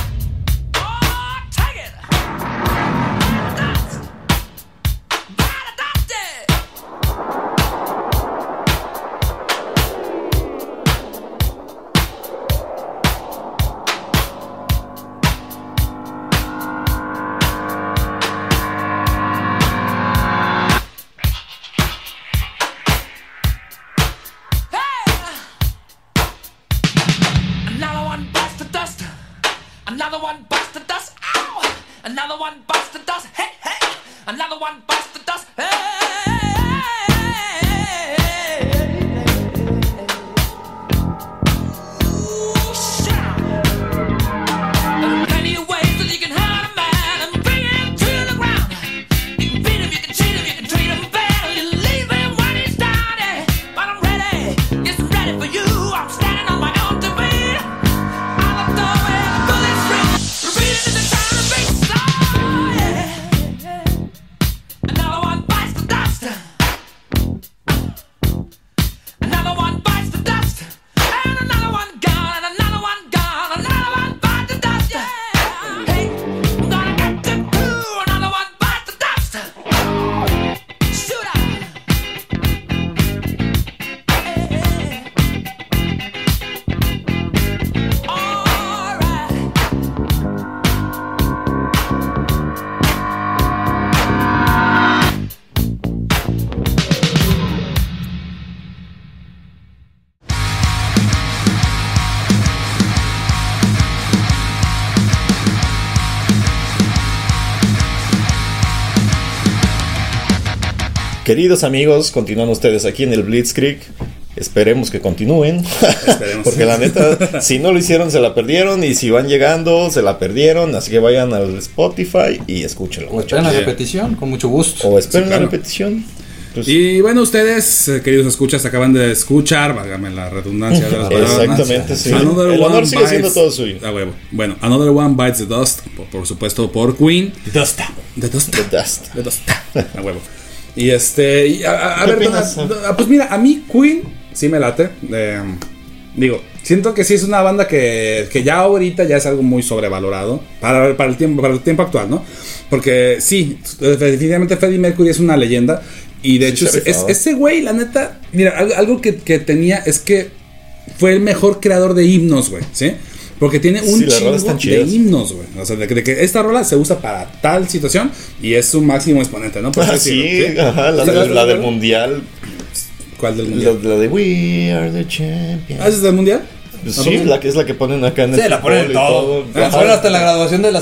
[SPEAKER 5] Oh, take it. Dust. Bite the dust. Yeah. Hey! Another one bites the dust. Another one bites the dust. Ow! Another one bites the dust. Hey, hey! Another one bites the dust. Hey! Ooh, shut up. There are plenty of ways that you can hurt a man and bring him to the ground. You can beat him, you can cheat him, you can treat him bad, or you leave him when he's down. eh. But I'm ready, yes, I'm ready for you. I'm standing on my own two feet. I'm a dumb and the bullets ring. Repeating to the sound of bass. Oh, yeah. Another one bites the dust.
[SPEAKER 2] (laughs) Queridos amigos, continúan ustedes aquí en el Blitzkrieg. Esperemos que continúen. (laughs)
[SPEAKER 3] Esperemos.
[SPEAKER 2] Porque la neta, si no lo hicieron, se la perdieron. Y si van llegando, se la perdieron. Así que vayan al Spotify y escúchenlo.
[SPEAKER 4] O esperen la
[SPEAKER 3] Sí.
[SPEAKER 4] repetición, con mucho gusto.
[SPEAKER 2] O esperen
[SPEAKER 3] Sí,
[SPEAKER 2] la
[SPEAKER 3] claro.
[SPEAKER 2] repetición. Pues,
[SPEAKER 3] Y bueno, ustedes, eh, queridos escuchas, acaban de escuchar, válgame la redundancia
[SPEAKER 2] (laughs)
[SPEAKER 3] de las palabras.
[SPEAKER 2] Exactamente, sí.
[SPEAKER 3] Another
[SPEAKER 2] El honor
[SPEAKER 3] One
[SPEAKER 2] sigue siendo
[SPEAKER 3] Bites-
[SPEAKER 2] todo suyo.
[SPEAKER 3] Ah, huevo. Bueno, Another One Bites the Dust, por, por supuesto, por Queen. The Dust. The
[SPEAKER 2] Dust.
[SPEAKER 3] The Dust. (laughs) A huevo. Y este, y a, a- a
[SPEAKER 2] ¿Qué
[SPEAKER 3] ver,
[SPEAKER 2] opinas?
[SPEAKER 3] don- don- ah, pues mira, a mí Queen sí me late. eh, digo, siento que sí es una banda que, que ya ahorita ya es algo muy sobrevalorado para, para, el tiempo, para el tiempo actual, ¿no? Porque sí, definitivamente Freddie Mercury es una leyenda. Y de
[SPEAKER 2] Sí,
[SPEAKER 3] hecho,
[SPEAKER 2] se
[SPEAKER 3] es- es,
[SPEAKER 2] rifaba.
[SPEAKER 3] ese güey, la neta, mira, algo, algo que, que tenía es que fue el mejor creador de himnos, güey, ¿sí? Porque tiene un
[SPEAKER 2] Sí, las
[SPEAKER 3] chingo
[SPEAKER 2] rolas están
[SPEAKER 3] de
[SPEAKER 2] chidas.
[SPEAKER 3] himnos, güey. O sea, de que, de que esta rola se usa para tal situación y es su máximo exponente, ¿no? Por
[SPEAKER 2] Ah,
[SPEAKER 3] decirlo,
[SPEAKER 2] sí, ajá, la,
[SPEAKER 3] Pues ¿Sí
[SPEAKER 2] de-
[SPEAKER 3] la-
[SPEAKER 2] la del
[SPEAKER 3] la-
[SPEAKER 2] mundial.
[SPEAKER 3] ¿Cuál del
[SPEAKER 2] La,
[SPEAKER 3] mundial?
[SPEAKER 2] la de We Are the Champions.
[SPEAKER 3] ¿Ah, esa es del mundial?
[SPEAKER 2] Pues sí, la que es la que ponen acá en
[SPEAKER 4] Sí, la ponen en
[SPEAKER 2] fútbol y
[SPEAKER 4] todo.
[SPEAKER 2] todo.
[SPEAKER 4] La
[SPEAKER 2] Ajá.
[SPEAKER 4] ponen hasta en la graduación de la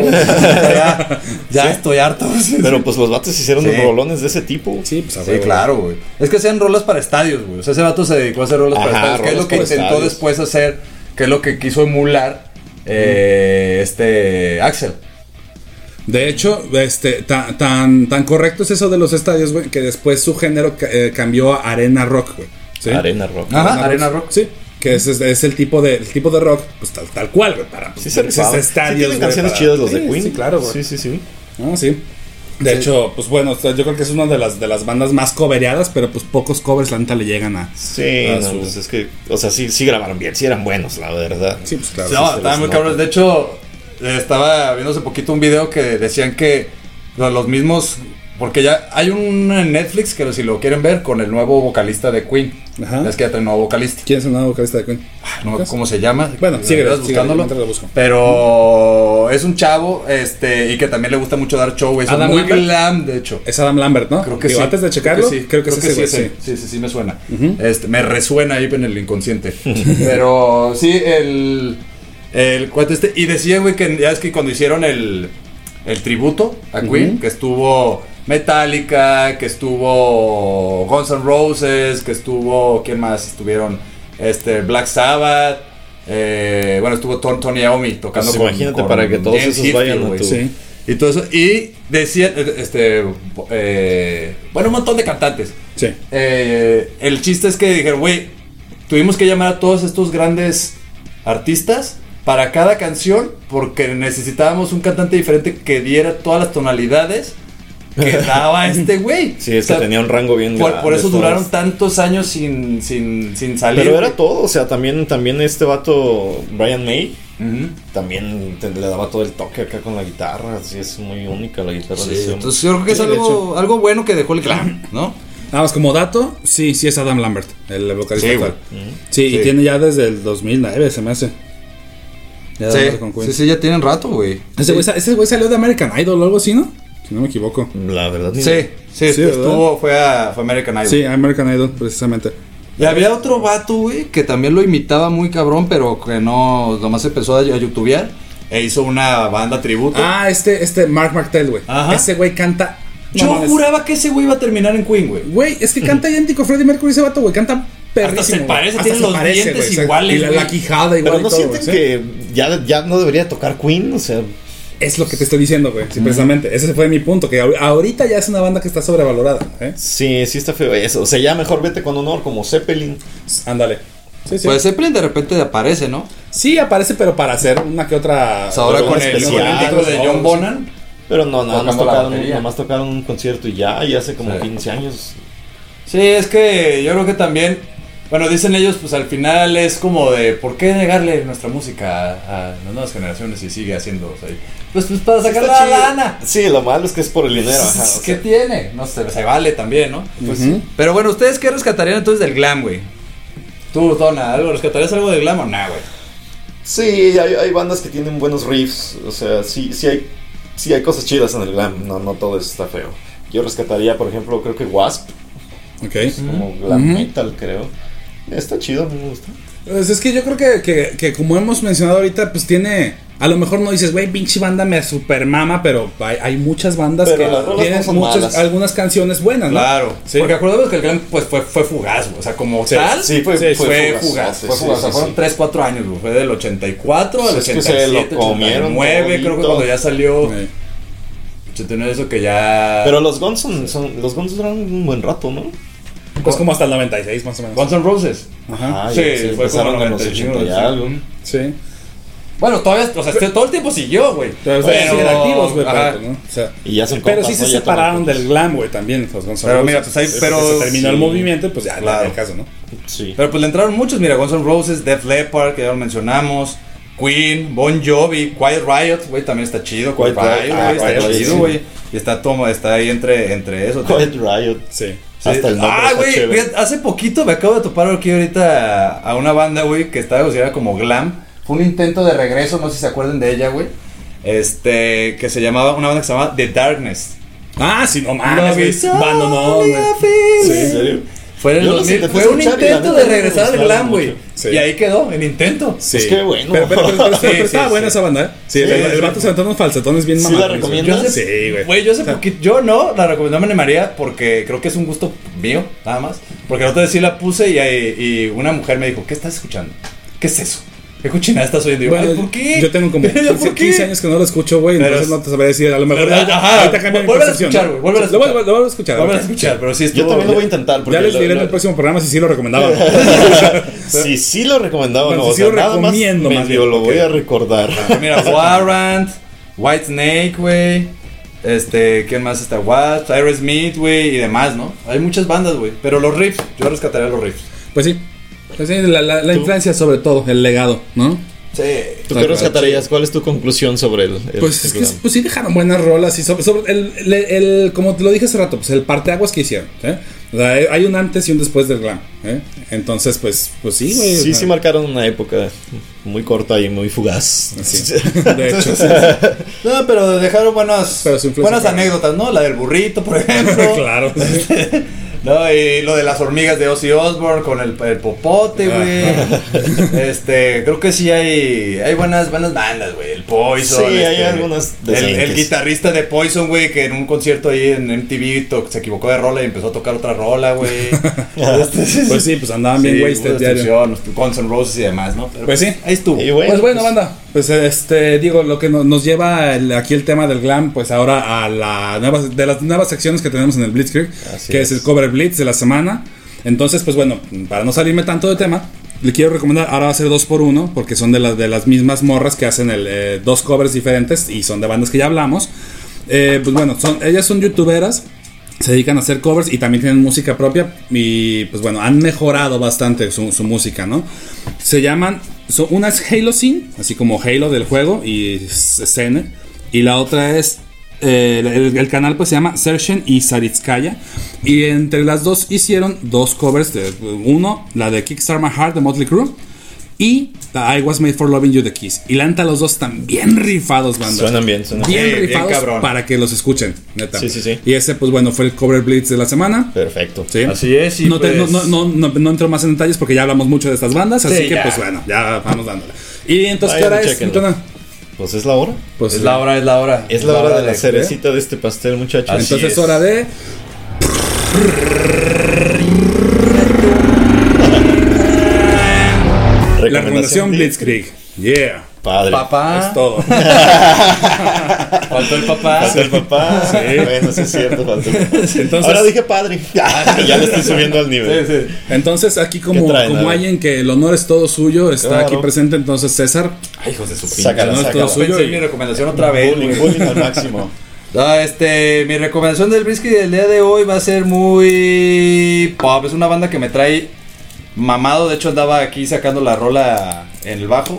[SPEAKER 2] (laughs)
[SPEAKER 4] güey. ya ya estoy harto.
[SPEAKER 2] Pero pues los vatos hicieron
[SPEAKER 4] Sí.
[SPEAKER 2] rolones de ese tipo.
[SPEAKER 3] Sí, pues a
[SPEAKER 4] Sí,
[SPEAKER 3] huevo.
[SPEAKER 4] claro, güey. Es que sean rolas para estadios, güey. O sea, ese vato se dedicó a hacer rolas para
[SPEAKER 2] Ajá,
[SPEAKER 4] estadios. Que es
[SPEAKER 2] rolas
[SPEAKER 4] lo que
[SPEAKER 2] para
[SPEAKER 4] intentó
[SPEAKER 2] estadios.
[SPEAKER 4] después hacer? Que es lo que quiso emular eh, este Axel?
[SPEAKER 3] De hecho, este, tan, tan, tan correcto es eso de los estadios, güey, que después su género ca- eh, cambió a arena rock, güey. ¿sí?
[SPEAKER 2] Arena rock.
[SPEAKER 4] Ajá, arena rock.
[SPEAKER 3] Sí. Que es, es- es el tipo de el tipo de rock, pues tal, tal cual, güey, para
[SPEAKER 2] Sí, se
[SPEAKER 3] esos
[SPEAKER 2] rifaban. Sí
[SPEAKER 3] estadios,
[SPEAKER 2] tienen
[SPEAKER 3] güey,
[SPEAKER 2] canciones
[SPEAKER 3] para-
[SPEAKER 2] chidas los de
[SPEAKER 3] Sí,
[SPEAKER 2] Queen.
[SPEAKER 3] Sí, claro, güey.
[SPEAKER 2] Sí, sí, sí.
[SPEAKER 3] Ah, sí. De hecho, pues bueno, o sea, yo creo que es una de las de las bandas más covereadas, pero pues pocos covers la neta le llegan a.
[SPEAKER 2] Sí,
[SPEAKER 3] a
[SPEAKER 2] no,
[SPEAKER 3] Ah, su-
[SPEAKER 2] pues es que, o sea, sí, sí grabaron bien, sí eran buenos, la verdad.
[SPEAKER 3] Sí, pues claro.
[SPEAKER 4] No,
[SPEAKER 3] sí,
[SPEAKER 4] estaban muy cabrones. De hecho, eh, estaba viendo hace poquito un video que decían que los los mismos. Porque ya hay un en Netflix que si lo quieren ver con el nuevo vocalista de Queen.
[SPEAKER 3] Ajá.
[SPEAKER 4] Es que ya trae un nuevo vocalista.
[SPEAKER 3] ¿Quién es el nuevo vocalista de Queen?
[SPEAKER 4] Ah, No, ¿Cómo se llama?
[SPEAKER 3] Bueno, sigue,
[SPEAKER 4] Estás
[SPEAKER 3] sigue, mientras lo busco.
[SPEAKER 4] Pero es un chavo este y que también le gusta mucho dar show. Es
[SPEAKER 3] Adam
[SPEAKER 4] muy
[SPEAKER 3] Lambert.
[SPEAKER 4] glam, de hecho.
[SPEAKER 3] Es Adam Lambert, ¿no?
[SPEAKER 4] Creo que
[SPEAKER 3] Digo,
[SPEAKER 4] sí.
[SPEAKER 3] Antes de checarlo, creo que, es ese, güey,
[SPEAKER 4] sí,
[SPEAKER 3] sí.
[SPEAKER 4] sí, sí, sí, me suena. este, me resuena ahí en
[SPEAKER 3] (laughs)
[SPEAKER 4] el inconsciente. Pero sí, el, el cuate este. Y decía, güey, que ya es que cuando hicieron el, el tributo a Queen, que estuvo Metallica, que estuvo Guns N' Roses, que estuvo, ¿quién más? Estuvieron este, Black Sabbath. eh, bueno, estuvo Ton- Tony Iommi tocando
[SPEAKER 2] Pues
[SPEAKER 4] con-
[SPEAKER 2] imagínate
[SPEAKER 4] con
[SPEAKER 2] para que todos
[SPEAKER 4] James
[SPEAKER 2] esos
[SPEAKER 4] Hetfield,
[SPEAKER 2] vayan a
[SPEAKER 4] güey,
[SPEAKER 2] tu-
[SPEAKER 4] sí.
[SPEAKER 3] Sí.
[SPEAKER 4] Y todo eso. Y decían, eh, este, eh, bueno, un montón de cantantes.
[SPEAKER 3] Sí.
[SPEAKER 4] Eh, el chiste es que dijeron, güey, tuvimos que llamar a todos estos grandes artistas para cada canción porque necesitábamos un cantante diferente que diera todas las tonalidades
[SPEAKER 2] (laughs)
[SPEAKER 4] que daba este güey.
[SPEAKER 2] Sí, es
[SPEAKER 4] O sea,
[SPEAKER 2] que tenía un rango bien
[SPEAKER 4] Por,
[SPEAKER 2] grande,
[SPEAKER 4] por eso
[SPEAKER 2] todas.
[SPEAKER 4] duraron tantos años sin, sin, sin salir.
[SPEAKER 2] Pero era
[SPEAKER 4] güey.
[SPEAKER 2] todo, o sea, también, también este vato, Brian May,
[SPEAKER 4] Ujú.
[SPEAKER 2] también te- le daba todo el toque acá con la guitarra, así es muy única la guitarra de ese hombre.
[SPEAKER 4] Entonces yo creo que es
[SPEAKER 3] Sí, de
[SPEAKER 4] algo, algo bueno que dejó el clan, ¿no?
[SPEAKER 3] Nada más como dato, sí, sí es Adam Lambert, el vocalista
[SPEAKER 4] Sí,
[SPEAKER 3] actual.
[SPEAKER 4] güey.
[SPEAKER 2] mm,
[SPEAKER 3] Sí,
[SPEAKER 4] Sí.
[SPEAKER 3] y tiene ya desde el 2009, se me hace. Ya Adam Lambert con Queen.
[SPEAKER 4] ya tienen rato, güey.
[SPEAKER 3] Ese güey sa- ese güey salió de American Idol o algo así, ¿no? Si no me equivoco.
[SPEAKER 2] La verdad, ni
[SPEAKER 4] Sí, sí,
[SPEAKER 3] Sí,
[SPEAKER 4] estuvo, fue a fue American Idol.
[SPEAKER 3] Sí, American Idol, precisamente.
[SPEAKER 4] Y había otro vato, güey, que también lo imitaba muy cabrón, pero que no, nomás empezó a, a youtubear e hizo una banda tributo.
[SPEAKER 3] Ah, este, este Mark Martel, güey.
[SPEAKER 4] Ajá.
[SPEAKER 3] Ese güey canta.
[SPEAKER 4] Yo
[SPEAKER 3] No mames.
[SPEAKER 4] juraba que ese güey iba a terminar en Queen, güey.
[SPEAKER 3] Güey, es que canta idéntico Freddie Mercury ese vato, güey. Canta perrísimo.
[SPEAKER 4] se
[SPEAKER 3] güey.
[SPEAKER 4] parece, tiene los dientes
[SPEAKER 3] güey, exacto.
[SPEAKER 4] iguales,
[SPEAKER 3] Y la,
[SPEAKER 4] güey.
[SPEAKER 3] la quijada igual
[SPEAKER 2] Pero
[SPEAKER 3] y
[SPEAKER 2] no
[SPEAKER 3] todo,
[SPEAKER 2] sienten
[SPEAKER 3] güey, ¿sí?
[SPEAKER 2] que ya, ya no debería tocar Queen, o sea,
[SPEAKER 3] Es lo que te estoy diciendo, güey. Sí, precisamente. Ese fue mi punto. Que ahor- ahorita ya es una banda que está sobrevalorada. ¿eh?
[SPEAKER 2] sí, sí está feo eso. O sea, ya mejor vete con honor como Zeppelin.
[SPEAKER 3] Ándale. Sí, sí.
[SPEAKER 4] Pues Zeppelin de repente aparece, ¿no?
[SPEAKER 3] sí, aparece, pero para hacer una que otra.
[SPEAKER 4] O sea, ahora
[SPEAKER 2] Pero
[SPEAKER 4] con
[SPEAKER 2] es
[SPEAKER 4] el, con el
[SPEAKER 2] especial,
[SPEAKER 4] disco de
[SPEAKER 3] ¿no?
[SPEAKER 4] John Bonham.
[SPEAKER 2] Pero no, nada más
[SPEAKER 4] Tocando la
[SPEAKER 2] tocaron,
[SPEAKER 4] batería.
[SPEAKER 2] nada más tocaron un concierto y ya, y hace como
[SPEAKER 4] Sí.
[SPEAKER 2] 15 años.
[SPEAKER 4] Sí, es que yo creo que también, bueno, dicen ellos, pues al final es como de, ¿por qué negarle nuestra música a, a las nuevas generaciones y sigue haciendo? o sea, y- pues, pues para sacar
[SPEAKER 2] Está
[SPEAKER 4] la
[SPEAKER 2] chido.
[SPEAKER 4] lana.
[SPEAKER 2] Sí, lo malo es que es por el dinero. Ajá, o
[SPEAKER 4] Pues,
[SPEAKER 2] sea.
[SPEAKER 4] ¿Qué tiene? No sé, se vale también, ¿no? Pues,
[SPEAKER 3] Ujú.
[SPEAKER 4] Pero bueno, ¿ustedes qué rescatarían entonces del glam, güey? Tú, Tona, ¿algo, ¿rescatarías algo del glam o nada, güey?
[SPEAKER 2] Sí, hay, hay bandas que tienen buenos riffs. O sea, sí, sí hay, sí hay cosas chidas en el glam. No, no todo eso está feo. Yo rescataría, por ejemplo, creo que Wasp,
[SPEAKER 3] Ok.
[SPEAKER 2] como glam
[SPEAKER 3] Ujú.
[SPEAKER 2] metal, creo. Está chido, me gusta.
[SPEAKER 3] Pues es que yo creo que, que- que como hemos mencionado ahorita, pues tiene A lo mejor no dices, güey, pinche banda me supermama, pero hay, hay muchas bandas
[SPEAKER 2] Pero las
[SPEAKER 3] que
[SPEAKER 2] rolas
[SPEAKER 3] tienen
[SPEAKER 2] no son
[SPEAKER 3] muchas,
[SPEAKER 2] malas.
[SPEAKER 3] algunas canciones buenas, ¿no?
[SPEAKER 4] Claro,
[SPEAKER 3] Sí.
[SPEAKER 4] porque acordemos que el Grammy pues, fue, fue fugaz, güey. o sea, como tal,
[SPEAKER 2] sí, fue-
[SPEAKER 4] fue,
[SPEAKER 2] fue
[SPEAKER 4] fugaz,
[SPEAKER 2] fugaz, sí,
[SPEAKER 4] fue
[SPEAKER 2] sí,
[SPEAKER 4] fugaz, o sea,
[SPEAKER 2] sí,
[SPEAKER 4] fueron
[SPEAKER 2] sí.
[SPEAKER 4] 3, 4 años, güey. fue del 84 al
[SPEAKER 2] Pues es que se
[SPEAKER 4] 87,
[SPEAKER 2] lo comieron
[SPEAKER 4] 89, creo que
[SPEAKER 2] todito.
[SPEAKER 4] cuando ya salió,
[SPEAKER 3] Eh,
[SPEAKER 4] 89 eso que ya...
[SPEAKER 2] Pero los Guns son, son- los Guns duraron un buen rato, ¿no?
[SPEAKER 3] Pues como hasta el 96 más o menos.
[SPEAKER 4] Guns N' Roses.
[SPEAKER 3] Ajá.
[SPEAKER 2] Ah,
[SPEAKER 4] Sí,
[SPEAKER 2] ya,
[SPEAKER 4] fue como
[SPEAKER 2] empezaron en los
[SPEAKER 4] 95,
[SPEAKER 2] 80 y
[SPEAKER 4] sí.
[SPEAKER 2] algo.
[SPEAKER 3] Sí.
[SPEAKER 4] Bueno, todavía, o sea, todo el tiempo siguió, güey.
[SPEAKER 3] Pero, ustedes siguen activos, güey,
[SPEAKER 4] ajá.
[SPEAKER 3] pero, ¿no? O sea,
[SPEAKER 2] Y ya son
[SPEAKER 3] pero
[SPEAKER 2] compas,
[SPEAKER 3] sí se
[SPEAKER 2] ¿no? Ya
[SPEAKER 3] separaron
[SPEAKER 2] toman-
[SPEAKER 3] del glam, güey, también. Los Guns N'
[SPEAKER 4] Pero
[SPEAKER 3] Roses.
[SPEAKER 4] mira, pues ahí-
[SPEAKER 3] Se-
[SPEAKER 4] pero
[SPEAKER 3] se terminó el
[SPEAKER 2] sí.
[SPEAKER 3] movimiento, pues ya,
[SPEAKER 4] Claro.
[SPEAKER 3] en el caso, ¿no?
[SPEAKER 2] Sí.
[SPEAKER 4] Pero pues le entraron muchos, mira, Guns N' Roses, Def Leppard, que ya lo mencionamos, Queen, Bon Jovi, Quiet Riot, güey, también está chido, Quiet,
[SPEAKER 2] Quiet Riot,
[SPEAKER 4] Riot,
[SPEAKER 2] ah,
[SPEAKER 4] güey,
[SPEAKER 2] Quiet
[SPEAKER 4] está
[SPEAKER 2] Riot,
[SPEAKER 4] chido,
[SPEAKER 2] sí.
[SPEAKER 4] güey. Y está toma, está ahí entre, entre eso.
[SPEAKER 2] Quiet Riot.
[SPEAKER 3] Sí.
[SPEAKER 4] Sí.
[SPEAKER 2] Hasta el nombre
[SPEAKER 4] Ah,
[SPEAKER 2] está
[SPEAKER 4] güey,
[SPEAKER 2] chévere.
[SPEAKER 4] fíjate, hace poquito me acabo de topar aquí ahorita a una banda, güey, que estaba considerada como glam. Fue un intento de regreso, no sé si se acuerdan de ella, güey. Este, que se llamaba, una banda que se llamaba The Darkness.
[SPEAKER 3] Ah, sí, no
[SPEAKER 4] Love
[SPEAKER 3] mames, güey.
[SPEAKER 4] is
[SPEAKER 3] Bando no,
[SPEAKER 4] only
[SPEAKER 3] güey.
[SPEAKER 4] a feeling.
[SPEAKER 2] Sí, en serio.
[SPEAKER 4] Fue, en el
[SPEAKER 2] Yo los
[SPEAKER 4] 2000,
[SPEAKER 2] intenté
[SPEAKER 4] fue un
[SPEAKER 2] escuchar y la
[SPEAKER 4] intento
[SPEAKER 2] neta
[SPEAKER 4] de
[SPEAKER 2] no me
[SPEAKER 4] regresar al
[SPEAKER 2] gustaron
[SPEAKER 4] glam,
[SPEAKER 2] mucho.
[SPEAKER 4] güey.
[SPEAKER 3] Sí.
[SPEAKER 4] Y ahí quedó, el intento.
[SPEAKER 3] Sí.
[SPEAKER 2] Pues qué bueno.
[SPEAKER 3] Pero, (laughs) pero, pero- pero-
[SPEAKER 4] Sí,
[SPEAKER 3] pero
[SPEAKER 4] sí,
[SPEAKER 3] estaba
[SPEAKER 4] sí.
[SPEAKER 3] buena esa banda, ¿eh? Sí, el, el
[SPEAKER 2] sí.
[SPEAKER 3] vato se aventó unos falsetones bien ¿eh?
[SPEAKER 2] ¿Sí la
[SPEAKER 3] mamados.
[SPEAKER 2] recomiendas?
[SPEAKER 3] Yo sé- Sí, güey.
[SPEAKER 4] Güey, yo sé poquito. Yo no la recomendaba a Ana María porque creo que es un gusto mío, nada más. Porque la otra vez sí la puse y, ahí- y una mujer me dijo, ¿qué estás escuchando? ¿Qué es eso? ¿Qué cochinada estás oyendo? Y yo,
[SPEAKER 3] Bueno,
[SPEAKER 4] "Ay, ¿por qué?
[SPEAKER 3] Yo tengo como
[SPEAKER 4] (laughs) ¿Por
[SPEAKER 3] 15,
[SPEAKER 4] qué?
[SPEAKER 3] 15 años que no lo escucho, güey.
[SPEAKER 4] Pero
[SPEAKER 3] Entonces
[SPEAKER 4] es-
[SPEAKER 3] no te sabré decir. A lo mejor.
[SPEAKER 4] Pero- ajá,
[SPEAKER 3] ahorita cambia mi
[SPEAKER 4] vuélvelo a
[SPEAKER 3] percepción,
[SPEAKER 4] escuchar,
[SPEAKER 3] ¿no?
[SPEAKER 4] güey, vuélvelo a
[SPEAKER 3] Lo vuelvo-
[SPEAKER 4] escuchar.
[SPEAKER 3] Lo vuelvo a escuchar.
[SPEAKER 4] Vamos a
[SPEAKER 3] ok.
[SPEAKER 4] escuchar, pero sí estuvo...
[SPEAKER 2] Yo también lo voy a intentar. Porque
[SPEAKER 3] Ya les
[SPEAKER 2] lo-
[SPEAKER 3] diré en
[SPEAKER 2] lo-
[SPEAKER 3] el próximo programa si sí lo recomendaba o no.
[SPEAKER 2] Si sí lo recomendaba,
[SPEAKER 3] Bueno,
[SPEAKER 2] no.
[SPEAKER 3] si
[SPEAKER 2] o
[SPEAKER 3] sí
[SPEAKER 2] sea,
[SPEAKER 3] lo
[SPEAKER 2] nada
[SPEAKER 3] recomiendo,
[SPEAKER 2] más
[SPEAKER 3] más
[SPEAKER 2] medio
[SPEAKER 3] bien,
[SPEAKER 2] lo
[SPEAKER 3] ok.
[SPEAKER 2] voy a
[SPEAKER 3] (laughs)
[SPEAKER 2] recordar.
[SPEAKER 4] Pues (laughs) Mira, Warrant, White Snake, güey. Este, ¿quién más está? Wasp, Iris Smith, güey, y demás, ¿no? Hay muchas bandas, güey. Pero los riffs, yo rescataría los riffs.
[SPEAKER 3] Pues sí. Pues sí, la, la, la influencia sobre todo, el legado, ¿no?
[SPEAKER 4] Sí.
[SPEAKER 2] ¿Tú qué rescatarías? ¿Cuál es tu conclusión sobre el, el-
[SPEAKER 3] Pues es
[SPEAKER 2] el
[SPEAKER 3] que
[SPEAKER 2] glam?
[SPEAKER 3] pues sí dejaron buenas rolas y sobre, sobre el, el- el- como te lo dije hace rato, pues el parteaguas que hicieron, ¿eh? O sea, hay- hay un antes y un después del glam, ¿eh? Entonces, pues, pues sí, güey. o
[SPEAKER 2] Sí,
[SPEAKER 3] sea,
[SPEAKER 2] sí marcaron una época muy corta y muy fugaz. (laughs)
[SPEAKER 3] sí. De hecho, sí.
[SPEAKER 4] No, pero dejaron buenas,
[SPEAKER 3] Pero su influencia
[SPEAKER 4] buenas
[SPEAKER 3] para-
[SPEAKER 4] anécdotas, ¿no? La del burrito, por (laughs)
[SPEAKER 3] (laughs)
[SPEAKER 4] ejemplo.
[SPEAKER 3] claro.
[SPEAKER 4] No, y lo de las hormigas de Ozzy Osbourne con el, el popote, güey.
[SPEAKER 2] (laughs)
[SPEAKER 4] este, creo que sí hay, hay buenas, buenas bandas, güey. El Poison.
[SPEAKER 2] Sí, hay
[SPEAKER 4] este,
[SPEAKER 2] algunas
[SPEAKER 4] El, el
[SPEAKER 2] decentes.
[SPEAKER 4] guitarrista de Poison, güey, que en un concierto ahí en MTV to- se equivocó de rola y empezó a tocar otra rola,
[SPEAKER 2] (laughs)
[SPEAKER 4] güey. (laughs)
[SPEAKER 2] Ah.
[SPEAKER 4] Este,
[SPEAKER 3] Pues sí, pues andaban bien wasted diario.
[SPEAKER 4] Guns N' Roses y demás, ¿no? Pero
[SPEAKER 3] Pues sí.
[SPEAKER 4] Ahí estuvo.
[SPEAKER 2] Y bueno,
[SPEAKER 3] pues bueno,
[SPEAKER 2] pues,
[SPEAKER 3] banda, pues este, digo, lo que no- nos lleva el- aquí el tema del glam, pues ahora a la nueva, de las nuevas secciones que tenemos en el Blitzkrieg,
[SPEAKER 2] Así
[SPEAKER 3] que es.
[SPEAKER 2] es.
[SPEAKER 3] el cover blitz de la semana. Entonces, pues bueno, para no salirme tanto de tema, le quiero recomendar, ahora va a ser dos por uno, porque son de, las de las mismas morras que hacen el, eh, dos covers diferentes y son de bandas que ya hablamos. Eh, pues bueno, son, ellas son youtuberas, se dedican a hacer covers y también tienen música propia y pues bueno, han mejorado bastante su, su música, ¿no? Se llaman, son, una es Halo Scene, así como Halo del juego y Scene, y la otra es, eh, el, el canal pues se llama Sershen y Saritskaya, y entre las dos hicieron dos covers, de, uno, la de Kickstart My Heart de Motley Crue, y la I Was Made for Loving You de Kiss. Y la neta, los dos están bien rifados, banda.
[SPEAKER 2] Suenan bien, suenan
[SPEAKER 3] bien.
[SPEAKER 4] bien. Sí, bien
[SPEAKER 3] rifados
[SPEAKER 4] cabrón.
[SPEAKER 3] para que los escuchen, neta.
[SPEAKER 2] Sí, sí, sí.
[SPEAKER 3] Y ese, pues bueno, fue el cover blitz de la semana.
[SPEAKER 2] Perfecto.
[SPEAKER 3] Sí.
[SPEAKER 4] Así es, y
[SPEAKER 3] no, te-
[SPEAKER 4] pues-
[SPEAKER 3] no, no, no- no- no entro más en detalles porque ya hablamos mucho de estas bandas, así que
[SPEAKER 4] ya.
[SPEAKER 3] pues bueno, ya vamos dándole. Y entonces, ¿qué
[SPEAKER 2] Vayan,
[SPEAKER 3] hora es?
[SPEAKER 2] chéquenlo.
[SPEAKER 3] Mitona?
[SPEAKER 2] Pues es la hora.
[SPEAKER 3] Pues
[SPEAKER 4] Es la hora, es la hora.
[SPEAKER 2] Es la hora de la
[SPEAKER 4] hacer
[SPEAKER 2] cerecita de este pastel, muchachos.
[SPEAKER 4] Así
[SPEAKER 3] Entonces,
[SPEAKER 4] es.
[SPEAKER 3] hora de. La recomendación Blitzkrieg. Yeah.
[SPEAKER 2] Padre.
[SPEAKER 4] Papá.
[SPEAKER 3] Es todo.
[SPEAKER 4] Faltó el papá.
[SPEAKER 2] Faltó el (laughs) papá. Bueno, sí es cierto, faltó el papá.
[SPEAKER 3] Entonces-
[SPEAKER 2] Ahora dije padre. (laughs) Ah, ya le estoy subiendo al nivel.
[SPEAKER 4] Sí, sí.
[SPEAKER 3] Entonces, aquí como,
[SPEAKER 2] ¿Qué traen?
[SPEAKER 3] como
[SPEAKER 2] A ver.
[SPEAKER 3] alguien que el honor es todo suyo, está
[SPEAKER 2] Claro.
[SPEAKER 3] aquí presente, entonces César,
[SPEAKER 4] Ay, hijos de su pinche.
[SPEAKER 2] Sácala,
[SPEAKER 3] No,
[SPEAKER 2] sácala.
[SPEAKER 3] todo suyo.
[SPEAKER 4] Pensé
[SPEAKER 3] y-
[SPEAKER 4] en mi recomendación otra vez,
[SPEAKER 2] Bullying,
[SPEAKER 4] güey.
[SPEAKER 2] bullying al máximo.
[SPEAKER 4] No, este, mi recomendación del brisket del día de hoy va a ser muy pop. Es una banda que me trae mamado. De hecho, andaba aquí sacando la rola en el bajo.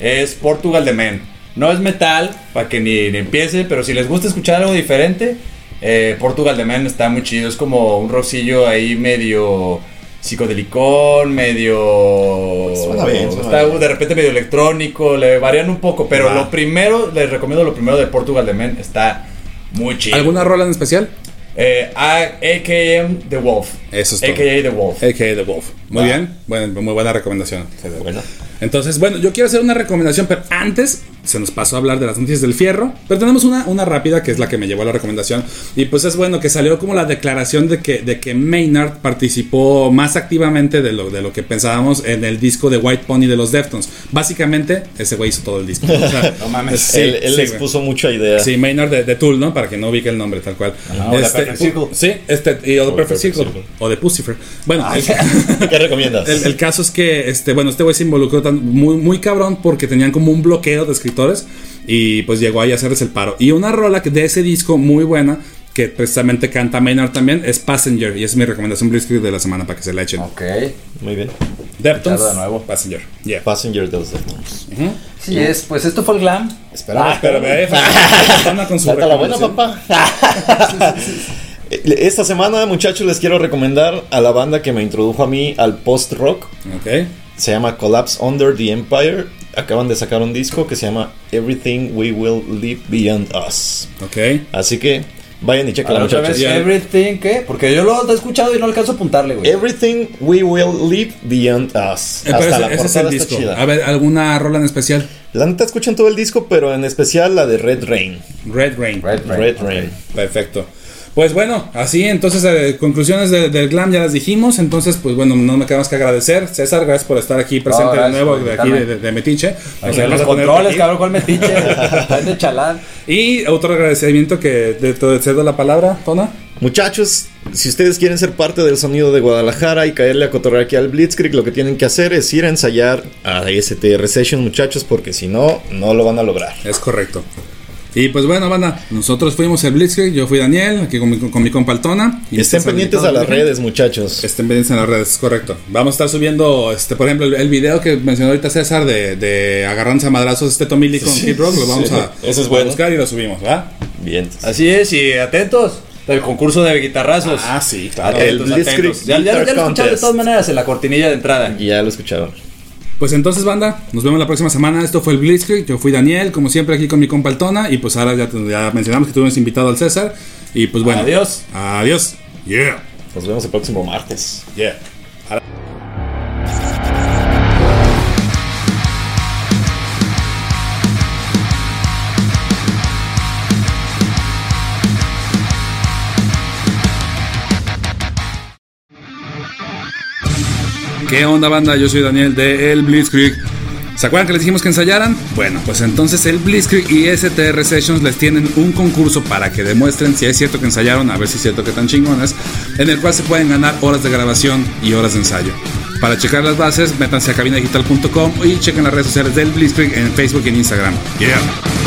[SPEAKER 4] Es Portugal de Men. No es metal, para que ni, ni empiece, pero si les gusta escuchar algo diferente, eh, Portugal de Men está muy chido. Es como un rosillo ahí medio psicodelicón, medio...
[SPEAKER 2] Suena bien, suena
[SPEAKER 4] está
[SPEAKER 2] bien.
[SPEAKER 4] de repente medio electrónico, le varían un poco, pero
[SPEAKER 3] Va.
[SPEAKER 4] lo primero, les recomiendo lo primero de Portugal de Men, está muy chido.
[SPEAKER 3] ¿alguna rola en especial?
[SPEAKER 4] Eh, A- AKM The Wolf.
[SPEAKER 3] Eso es todo.
[SPEAKER 4] AKA The Wolf.
[SPEAKER 3] A.K.A. The Wolf. Muy
[SPEAKER 4] Va.
[SPEAKER 3] bien, bueno, muy buena recomendación.
[SPEAKER 2] Bueno,
[SPEAKER 3] Entonces, bueno, yo quiero hacer una recomendación, pero antes se nos pasó a hablar de las noticias del fierro, pero tenemos una, una rápida que es la que me llevó a la recomendación. Y pues es bueno que salió como la declaración de que, de que Maynard participó más activamente de lo, de lo que pensábamos en el disco de White Pony de los Deftones. Básicamente, ese güey hizo todo el disco. O sea,
[SPEAKER 4] (laughs) No mames.
[SPEAKER 3] sí,
[SPEAKER 2] él él
[SPEAKER 3] sí,
[SPEAKER 2] les
[SPEAKER 3] güey.
[SPEAKER 2] puso mucha idea.
[SPEAKER 3] Sí, Maynard de, de Tool, ¿no? Para que no ubique el nombre tal cual.
[SPEAKER 4] Ajá, o de Perfect Circle.
[SPEAKER 3] Sí, este, y, o de
[SPEAKER 2] de
[SPEAKER 3] Perfect
[SPEAKER 2] Perfect
[SPEAKER 3] Circle.
[SPEAKER 2] Circle.
[SPEAKER 3] O de Pucifer. Bueno, (laughs) el-
[SPEAKER 2] ¿Qué recomiendas?
[SPEAKER 3] el, el caso es que, este, bueno, este güey se involucró tan, muy, muy cabrón porque tenían como un bloqueo de escritores y pues llegó ahí a hacerles el paro. Y una rola que- de ese disco muy buena que precisamente canta Maynard también es Passenger y es mi recomendación Blitzkrieg de la semana para que se la echen.
[SPEAKER 4] Ok.
[SPEAKER 2] Muy bien.
[SPEAKER 3] Deftones,
[SPEAKER 4] Escucharlo de nuevo.
[SPEAKER 3] Passenger. Yeah.
[SPEAKER 2] Passenger de los Deftones.
[SPEAKER 4] Sí, es. Pues esto fue el glam.
[SPEAKER 2] Espera, (laughs)
[SPEAKER 3] Pero ve, Fernanda con su
[SPEAKER 2] Salta la buena,
[SPEAKER 3] recomendación.
[SPEAKER 2] papá. Eh, Esta semana, muchachos, les quiero recomendar a la banda que me introdujo a mí al post-rock.
[SPEAKER 3] Ok.
[SPEAKER 2] Se llama Collapse Under the Empire. Acaban de sacar un disco que se llama Everything We Will Leave Beyond Us.
[SPEAKER 3] Ok. Eh,
[SPEAKER 2] Así que vayan y
[SPEAKER 4] A
[SPEAKER 2] chequen,
[SPEAKER 4] ver, otra vez,
[SPEAKER 2] muchachos.
[SPEAKER 3] ya.
[SPEAKER 4] everything, ¿qué? Porque yo lo he escuchado y no alcanzo a apuntarle, güey.
[SPEAKER 2] Everything We Will Leave Beyond Us.
[SPEAKER 3] Eh, pero
[SPEAKER 2] Hasta
[SPEAKER 3] ese-
[SPEAKER 2] la
[SPEAKER 3] ese es el
[SPEAKER 2] portada está
[SPEAKER 3] disco.
[SPEAKER 2] chida.
[SPEAKER 3] A ver, ¿alguna rola en especial?
[SPEAKER 2] La neta escuchan todo el disco, pero en especial la de Red Rain.
[SPEAKER 3] Red Rain.
[SPEAKER 4] Red Rain.
[SPEAKER 2] Red Rain.
[SPEAKER 3] Perfecto. Pues bueno, así entonces eh, conclusiones de- del glam ya las dijimos, entonces pues bueno, no me queda más que agradecer. César, gracias por estar aquí presente de
[SPEAKER 4] gracias
[SPEAKER 3] nuevo
[SPEAKER 4] por
[SPEAKER 3] de aquí de,
[SPEAKER 4] invitarme.
[SPEAKER 3] de- de Metiche. Nos
[SPEAKER 4] Aquí en
[SPEAKER 3] vamos
[SPEAKER 4] los
[SPEAKER 3] a poner
[SPEAKER 4] controles,
[SPEAKER 3] aquí.
[SPEAKER 4] cabrón, cuál metiche. (laughs) Estás de chalán.
[SPEAKER 3] Y otro agradecimiento que te te cedo la palabra, Tona.
[SPEAKER 2] Muchachos, si ustedes quieren ser parte del sonido de Guadalajara y caerle a cotorrear aquí al Blitzkrieg, lo que tienen que hacer es ir a ensayar a STR Session, muchachos, porque si no, no lo van a lograr.
[SPEAKER 3] Es correcto. Y pues bueno, banda, nosotros fuimos el Blitzkrieg, yo fui Daniel, aquí con mi, con mi compa el Tona. pues,
[SPEAKER 2] Y estén
[SPEAKER 3] César,
[SPEAKER 2] pendientes a
[SPEAKER 3] invitado,
[SPEAKER 2] las
[SPEAKER 3] Virgen.
[SPEAKER 2] redes, muchachos.
[SPEAKER 3] Estén pendientes en las redes, es correcto. Vamos a estar subiendo, este, por ejemplo, el, el video que mencionó ahorita César de, de agarrándose a madrazos este Tomili con Kid Rock, lo vamos
[SPEAKER 2] sí.
[SPEAKER 3] a,
[SPEAKER 2] Eso es
[SPEAKER 3] a
[SPEAKER 2] bueno.
[SPEAKER 3] buscar y lo subimos, ¿va?
[SPEAKER 2] Bien.
[SPEAKER 4] Así es, y atentos. Del concurso de guitarrazos.
[SPEAKER 3] Ah, sí, claro.
[SPEAKER 4] Atentos,
[SPEAKER 2] El Blitzkrieg
[SPEAKER 4] atentos. Ya, ya- ya
[SPEAKER 2] Guitar
[SPEAKER 4] lo escucharon de
[SPEAKER 2] Contest.
[SPEAKER 4] todas maneras en la cortinilla de entrada.
[SPEAKER 2] Y ya lo escucharon.
[SPEAKER 3] Pues entonces, banda, nos vemos la próxima semana. Esto fue el Blitzkrieg, yo fui Daniel, como siempre aquí con mi compa el Tona, y pues ahora ya, ya mencionamos que tuvimos invitado al César, y pues bueno.
[SPEAKER 4] Adiós.
[SPEAKER 3] Adiós. Yeah.
[SPEAKER 2] Nos vemos el próximo martes.
[SPEAKER 3] Yeah. ¿Qué onda banda? Yo soy Daniel de El Blitzkrieg. ¿Se acuerdan que les dijimos que ensayaran? Bueno, pues entonces el Blitzkrieg y STR Sessions les tienen un concurso para que demuestren si es cierto que ensayaron, a ver si es cierto que tan chingones, en el cual se pueden ganar horas de grabación y horas de ensayo. Para checar las bases, métanse a cabinadigital.com y chequen las redes sociales del Blitzkrieg en Facebook y en Instagram. Yeah.